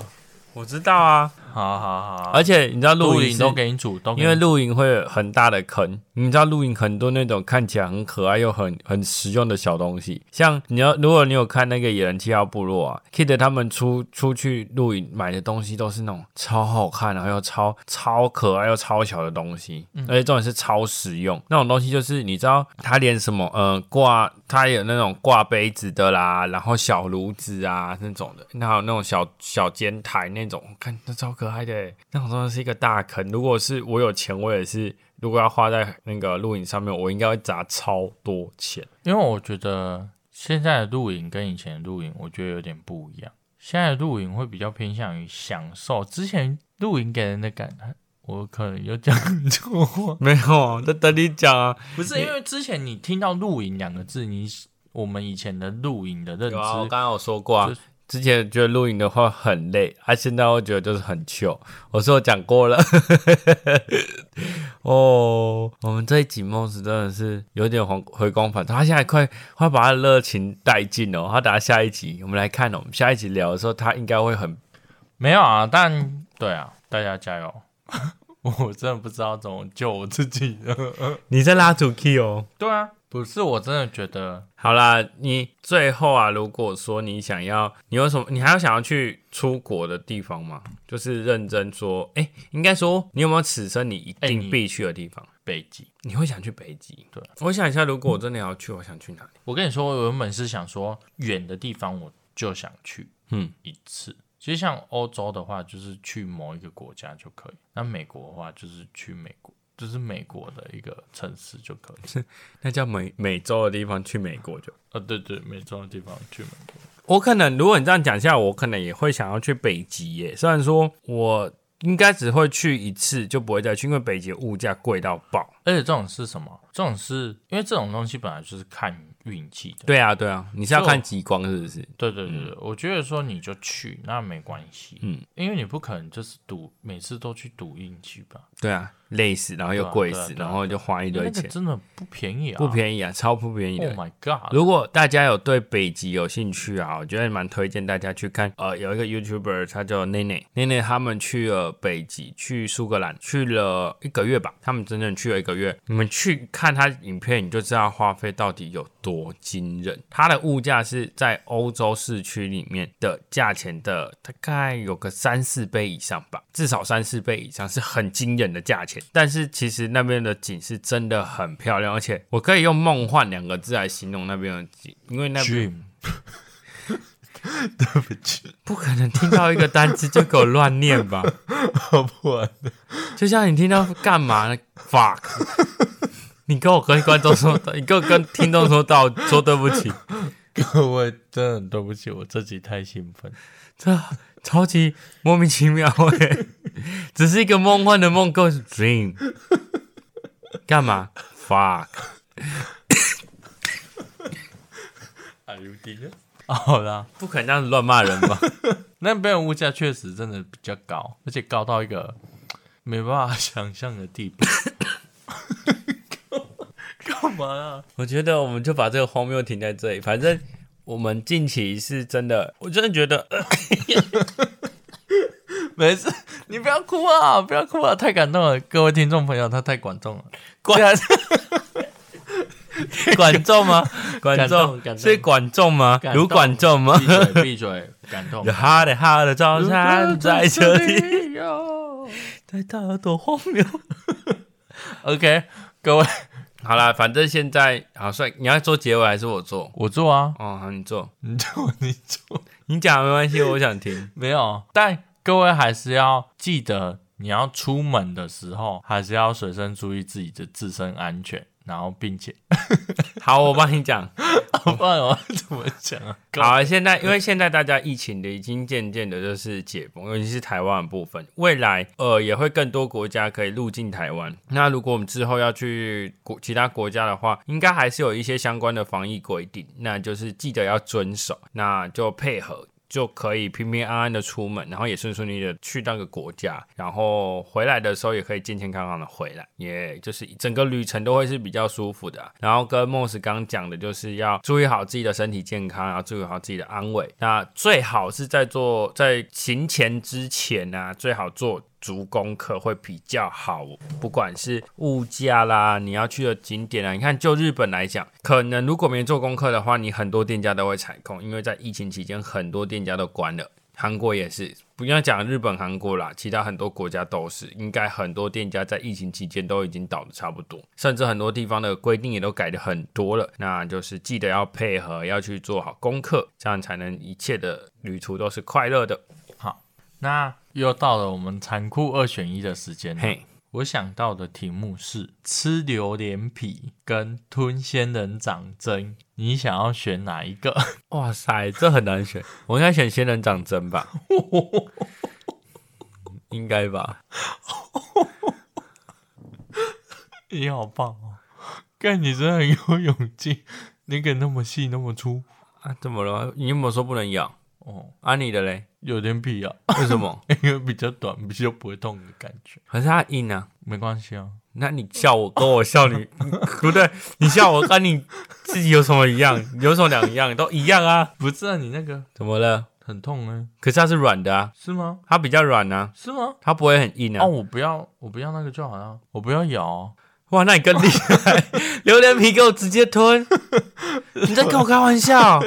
[SPEAKER 2] 我知道啊，
[SPEAKER 1] 好好好，
[SPEAKER 2] 而且你知道露
[SPEAKER 1] 录
[SPEAKER 2] 营
[SPEAKER 1] 影
[SPEAKER 2] 是
[SPEAKER 1] 都给你煮，都给
[SPEAKER 2] 因为
[SPEAKER 1] 你
[SPEAKER 2] 露营会有很大的坑，你知道露营很多那种看起来很可爱又很很实用的小东西，像你要如果你有看那个野人七号部落啊，Kid 他们出出去露营买的东西都是那种超好看，然后又超超可爱又超小的东西，而且重点是超实用。那种东西就是你知道，它连什么呃挂，它有那种挂杯子的啦，然后小炉子啊那种的，那还有那种小小尖台那种，看那超可爱的欸，那种真的是一个大坑。如果是我有钱，我也是。如果要花在那个露营上面，我应该会砸超多钱。
[SPEAKER 1] 因为我觉得现在的露营跟以前的露营，我觉得有点不一样。现在的露营会比较偏向于享受，之前露营给人的感， 我可能有讲错话，
[SPEAKER 2] 没有，在等你讲啊。
[SPEAKER 1] 不是因为之前你听到露营两个字，你我们以前的露营的认
[SPEAKER 2] 有啊，我
[SPEAKER 1] 知，
[SPEAKER 2] 刚刚有说过啊
[SPEAKER 1] 就，
[SPEAKER 2] 之前觉得露营的话很累，啊，现在我觉得就是很糗。我说我讲过了。 哦，我们这一集梦子真的是有点回回光返照，他现在快快把他的热情带尽哦。他等下下一集我们来看哦，我们下一集聊的时候他应该会很
[SPEAKER 1] 没有啊，但对啊，大家加油！ 我真的不知道怎么救我自己了。
[SPEAKER 2] 你在拉主 key 哦。
[SPEAKER 1] 对啊，不是，我真的觉得
[SPEAKER 2] 好啦，你最后啊，如果说你想要，你有什么，你还有想要去出国的地方吗？就是认真说，哎、应该说你有没有此生你一
[SPEAKER 1] 哎
[SPEAKER 2] 定
[SPEAKER 1] 你
[SPEAKER 2] 必去的地方？
[SPEAKER 1] 北极。
[SPEAKER 2] 你会想去北极？
[SPEAKER 1] 对，
[SPEAKER 2] 我想一下，如果我真的要去，我想去哪里？
[SPEAKER 1] 我跟你说，我原本是想说远的地方我就想去
[SPEAKER 2] 嗯，
[SPEAKER 1] 一次。其实像欧洲的话，就是去某一个国家就可以；那美国的话，就是去美国，就是美国的一个城市就可以。
[SPEAKER 2] 那叫美美洲的地方，去美国就。
[SPEAKER 1] 呃，对对，美洲的地方去美国。
[SPEAKER 2] 我可能，如果你这样讲下来，我可能也会想要去北极耶。虽然说我应该只会去一次，就不会再去，因为北极物价贵到爆。
[SPEAKER 1] 而且这种是什么？这种是因为这种东西本来就是看运气的。
[SPEAKER 2] 对啊，对啊，你是要看极光是不是？
[SPEAKER 1] 对对对对，我觉得说你就去，那没关系，
[SPEAKER 2] 嗯，
[SPEAKER 1] 因为你不可能就是赌每次都去赌运气吧，
[SPEAKER 2] 对啊，累死，然后又
[SPEAKER 1] 对啊
[SPEAKER 2] 贵
[SPEAKER 1] 对啊
[SPEAKER 2] 死，
[SPEAKER 1] 对啊
[SPEAKER 2] 然后就花一
[SPEAKER 1] 因为
[SPEAKER 2] 堆
[SPEAKER 1] 那个
[SPEAKER 2] 钱，
[SPEAKER 1] 真的不便宜啊，
[SPEAKER 2] 不便宜啊，超不便宜的
[SPEAKER 1] Oh。my god！
[SPEAKER 2] 如果大家有对北极有兴趣啊，我觉得蛮推荐大家去看。呃，有一个 YouTuber，他叫 Nene Nene，他们去了北极，去苏格兰，去了一个月吧。他们整整去了一个月。你们去看他影片，你就知道花费到底有多惊人。它的物价是在欧洲市区里面的价钱的大概有个三四倍以上吧，至少三四倍以上是很惊人的价钱。但是其实那边的景是真的很漂亮，而且我可以用梦幻两个字来形容那边的景，因为那边
[SPEAKER 1] Dream，对不起，
[SPEAKER 2] 不可能 听到一个单词就给我乱念吧，
[SPEAKER 1] 好不然
[SPEAKER 2] 就像你听到干嘛呢 fuck。你跟我跟观众说， 你跟我跟听众说到说对不起，
[SPEAKER 1] 各位真的很对不起，我自己太兴奋。
[SPEAKER 2] 这超级莫名其妙哎、只是一个梦幻的梦，更是 dream。干嘛？fuck！ 哎
[SPEAKER 1] Are you there？好啦，
[SPEAKER 2] 不可能这样子乱骂人吧？
[SPEAKER 1] 那边的物价确实真的比较高，而且高到一个没办法想象的地步。 干嘛啊？
[SPEAKER 2] 我觉得我们就把这个荒谬停在这里。反正我们近期是真的， 我真的 觉得，呃
[SPEAKER 1] 没事，你不要哭啊，不要哭啊，太感动了，各位听众朋友，他太感动了，
[SPEAKER 2] 观啊 管众吗？管
[SPEAKER 1] 感
[SPEAKER 2] 众
[SPEAKER 1] 动感动
[SPEAKER 2] 是管众吗
[SPEAKER 1] 感？动
[SPEAKER 2] 卢管众吗？
[SPEAKER 1] 闭 嘴，闭嘴，感动
[SPEAKER 2] 有。哈的哈的早餐在这里，
[SPEAKER 1] 里 哟。
[SPEAKER 2] 对，到底多荒谬？
[SPEAKER 1] OK，各位，
[SPEAKER 2] 好啦，反正现在好帅，你要做结尾还是我做？
[SPEAKER 1] 我做啊，
[SPEAKER 2] 哦，好，你做，
[SPEAKER 1] 你做，你做，
[SPEAKER 2] 你讲没关系，我想 听。
[SPEAKER 1] 没有，但各位还是要记得，你要出门的时候，还是要随身注意自己的自身安全，然后并 且，
[SPEAKER 2] 好，我帮你讲。
[SPEAKER 1] 不然我要怎么讲啊？
[SPEAKER 2] 好，现在因为现在大家疫情的已经渐渐的就是解封，尤其是台湾的部分，未来呃也会更多国家可以入境台湾。那如果我们之后要去国其他国家的话，应该还是有一些相关的防疫规定，那就是记得要遵守，那就配合。就可以平平安安的出门，然后也顺顺利利的去那个国家，然后回来的时候也可以健健康康的回来，也就是整个旅程都会是比较舒服的啊、然后跟莫斯刚讲的就是要注意好自己的身体健康，然后注意好自己的安危。那最好是在做在行前之前啊，最好做。足功课会比较好，不管是物价啦，你要去的景点啊，你看就日本来讲，可能如果没做功课的话，你很多店家都会踩空，因为在疫情期间很多店家都关了。韩国也是，不要讲日本、韩国啦，其他很多国家都是，应该很多店家在疫情期间都已经倒的差不多，甚至很多地方的规定也都改的很多了。那就是记得要配合，要去做好功课，这样才能一切的旅途都是快乐的。
[SPEAKER 1] 那又到了我们残酷二选一的时间了。
[SPEAKER 2] 嘿，
[SPEAKER 1] 我想到的题目是吃榴莲皮跟吞仙人掌针，你想要选哪一个？
[SPEAKER 2] 哇 塞，这很难选，我应该选仙人掌针吧？应该吧？
[SPEAKER 1] 你好棒哦！干，你真的很有勇气，你给那么细那么粗，
[SPEAKER 2] 啊，怎么了？你有没有说不能咬？
[SPEAKER 1] 哦，
[SPEAKER 2] 啊，你的嘞？
[SPEAKER 1] 有点比啊，
[SPEAKER 2] 为什么？
[SPEAKER 1] 因为比较短，比较不会痛的感觉。
[SPEAKER 2] 可是它硬啊。
[SPEAKER 1] 没关系啊，
[SPEAKER 2] 那你笑我，跟我笑你，不对，你笑我跟你自己有什么一样？有什么两样？都一样啊？
[SPEAKER 1] 不是啊，你那个
[SPEAKER 2] 怎么了？
[SPEAKER 1] 很痛呢、
[SPEAKER 2] 可是它是软的啊，
[SPEAKER 1] 是吗？
[SPEAKER 2] 它比较软啊，
[SPEAKER 1] 是吗？
[SPEAKER 2] 它不会很硬啊
[SPEAKER 1] 啊，。我不要，我不要那个就好了，我不要咬啊、
[SPEAKER 2] 哇，那你更厉害， 榴莲皮给我直接 吞！你在跟我开玩笑？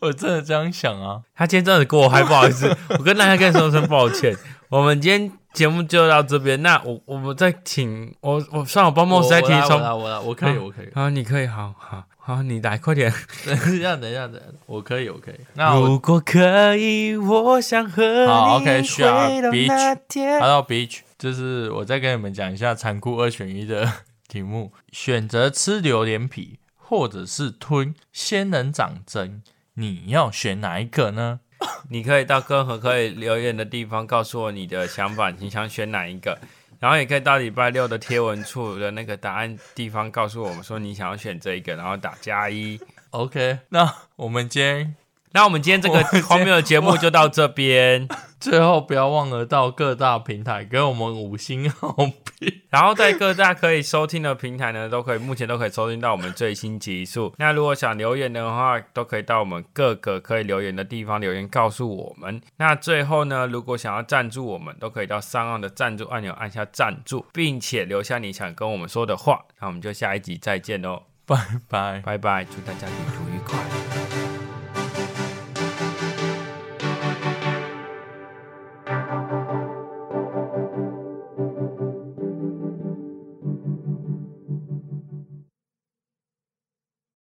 [SPEAKER 1] 我真的这样想啊。
[SPEAKER 2] 他今天真的过我还不好意思，我跟大家跟你说声抱歉。我们今天节目就到这边，那我我们再请我我算了，我帮莫斯再提
[SPEAKER 1] 我
[SPEAKER 2] 充。
[SPEAKER 1] 啦，我啦，我可以，
[SPEAKER 2] 啊
[SPEAKER 1] 我可以。
[SPEAKER 2] 好，你可以，好好好，你来快点。
[SPEAKER 1] 等一下，等一下，等一下，我可以，我可以。那我
[SPEAKER 2] 如果可以，我想和
[SPEAKER 1] 好
[SPEAKER 2] 你
[SPEAKER 1] ，OK，需要
[SPEAKER 2] 回到
[SPEAKER 1] beach
[SPEAKER 2] 那天。
[SPEAKER 1] Hello Beach，就是我再跟你们讲一下残酷二选一的 题目：选择吃榴莲皮，或者是吞仙人掌针，你要选哪一个呢？
[SPEAKER 2] 你可以到任何可以留言的地方告诉我你的想法，你想选哪一个，然后也可以到礼拜六的贴文处的那个答案地方告诉我们说你想要选这一个，然后打加一。
[SPEAKER 1] OK，那我们今天
[SPEAKER 2] 那我们今天这个荒谬的节目就到这 边，
[SPEAKER 1] 最后不要忘了到各大平台给我们五星好评。
[SPEAKER 2] 然后在各大可以收听的平台呢，都可以目前都可以收听到我们最新集数。那如果想留言的话，都可以到我们各个可以留言的地方留言告诉我们。那最后呢，如果想要赞助我们，都可以到上岸的赞助按钮按下赞助，并且留下你想跟我们说的话。那我们就下一集再见喽，
[SPEAKER 1] 拜拜。
[SPEAKER 2] 拜拜，祝大家旅途愉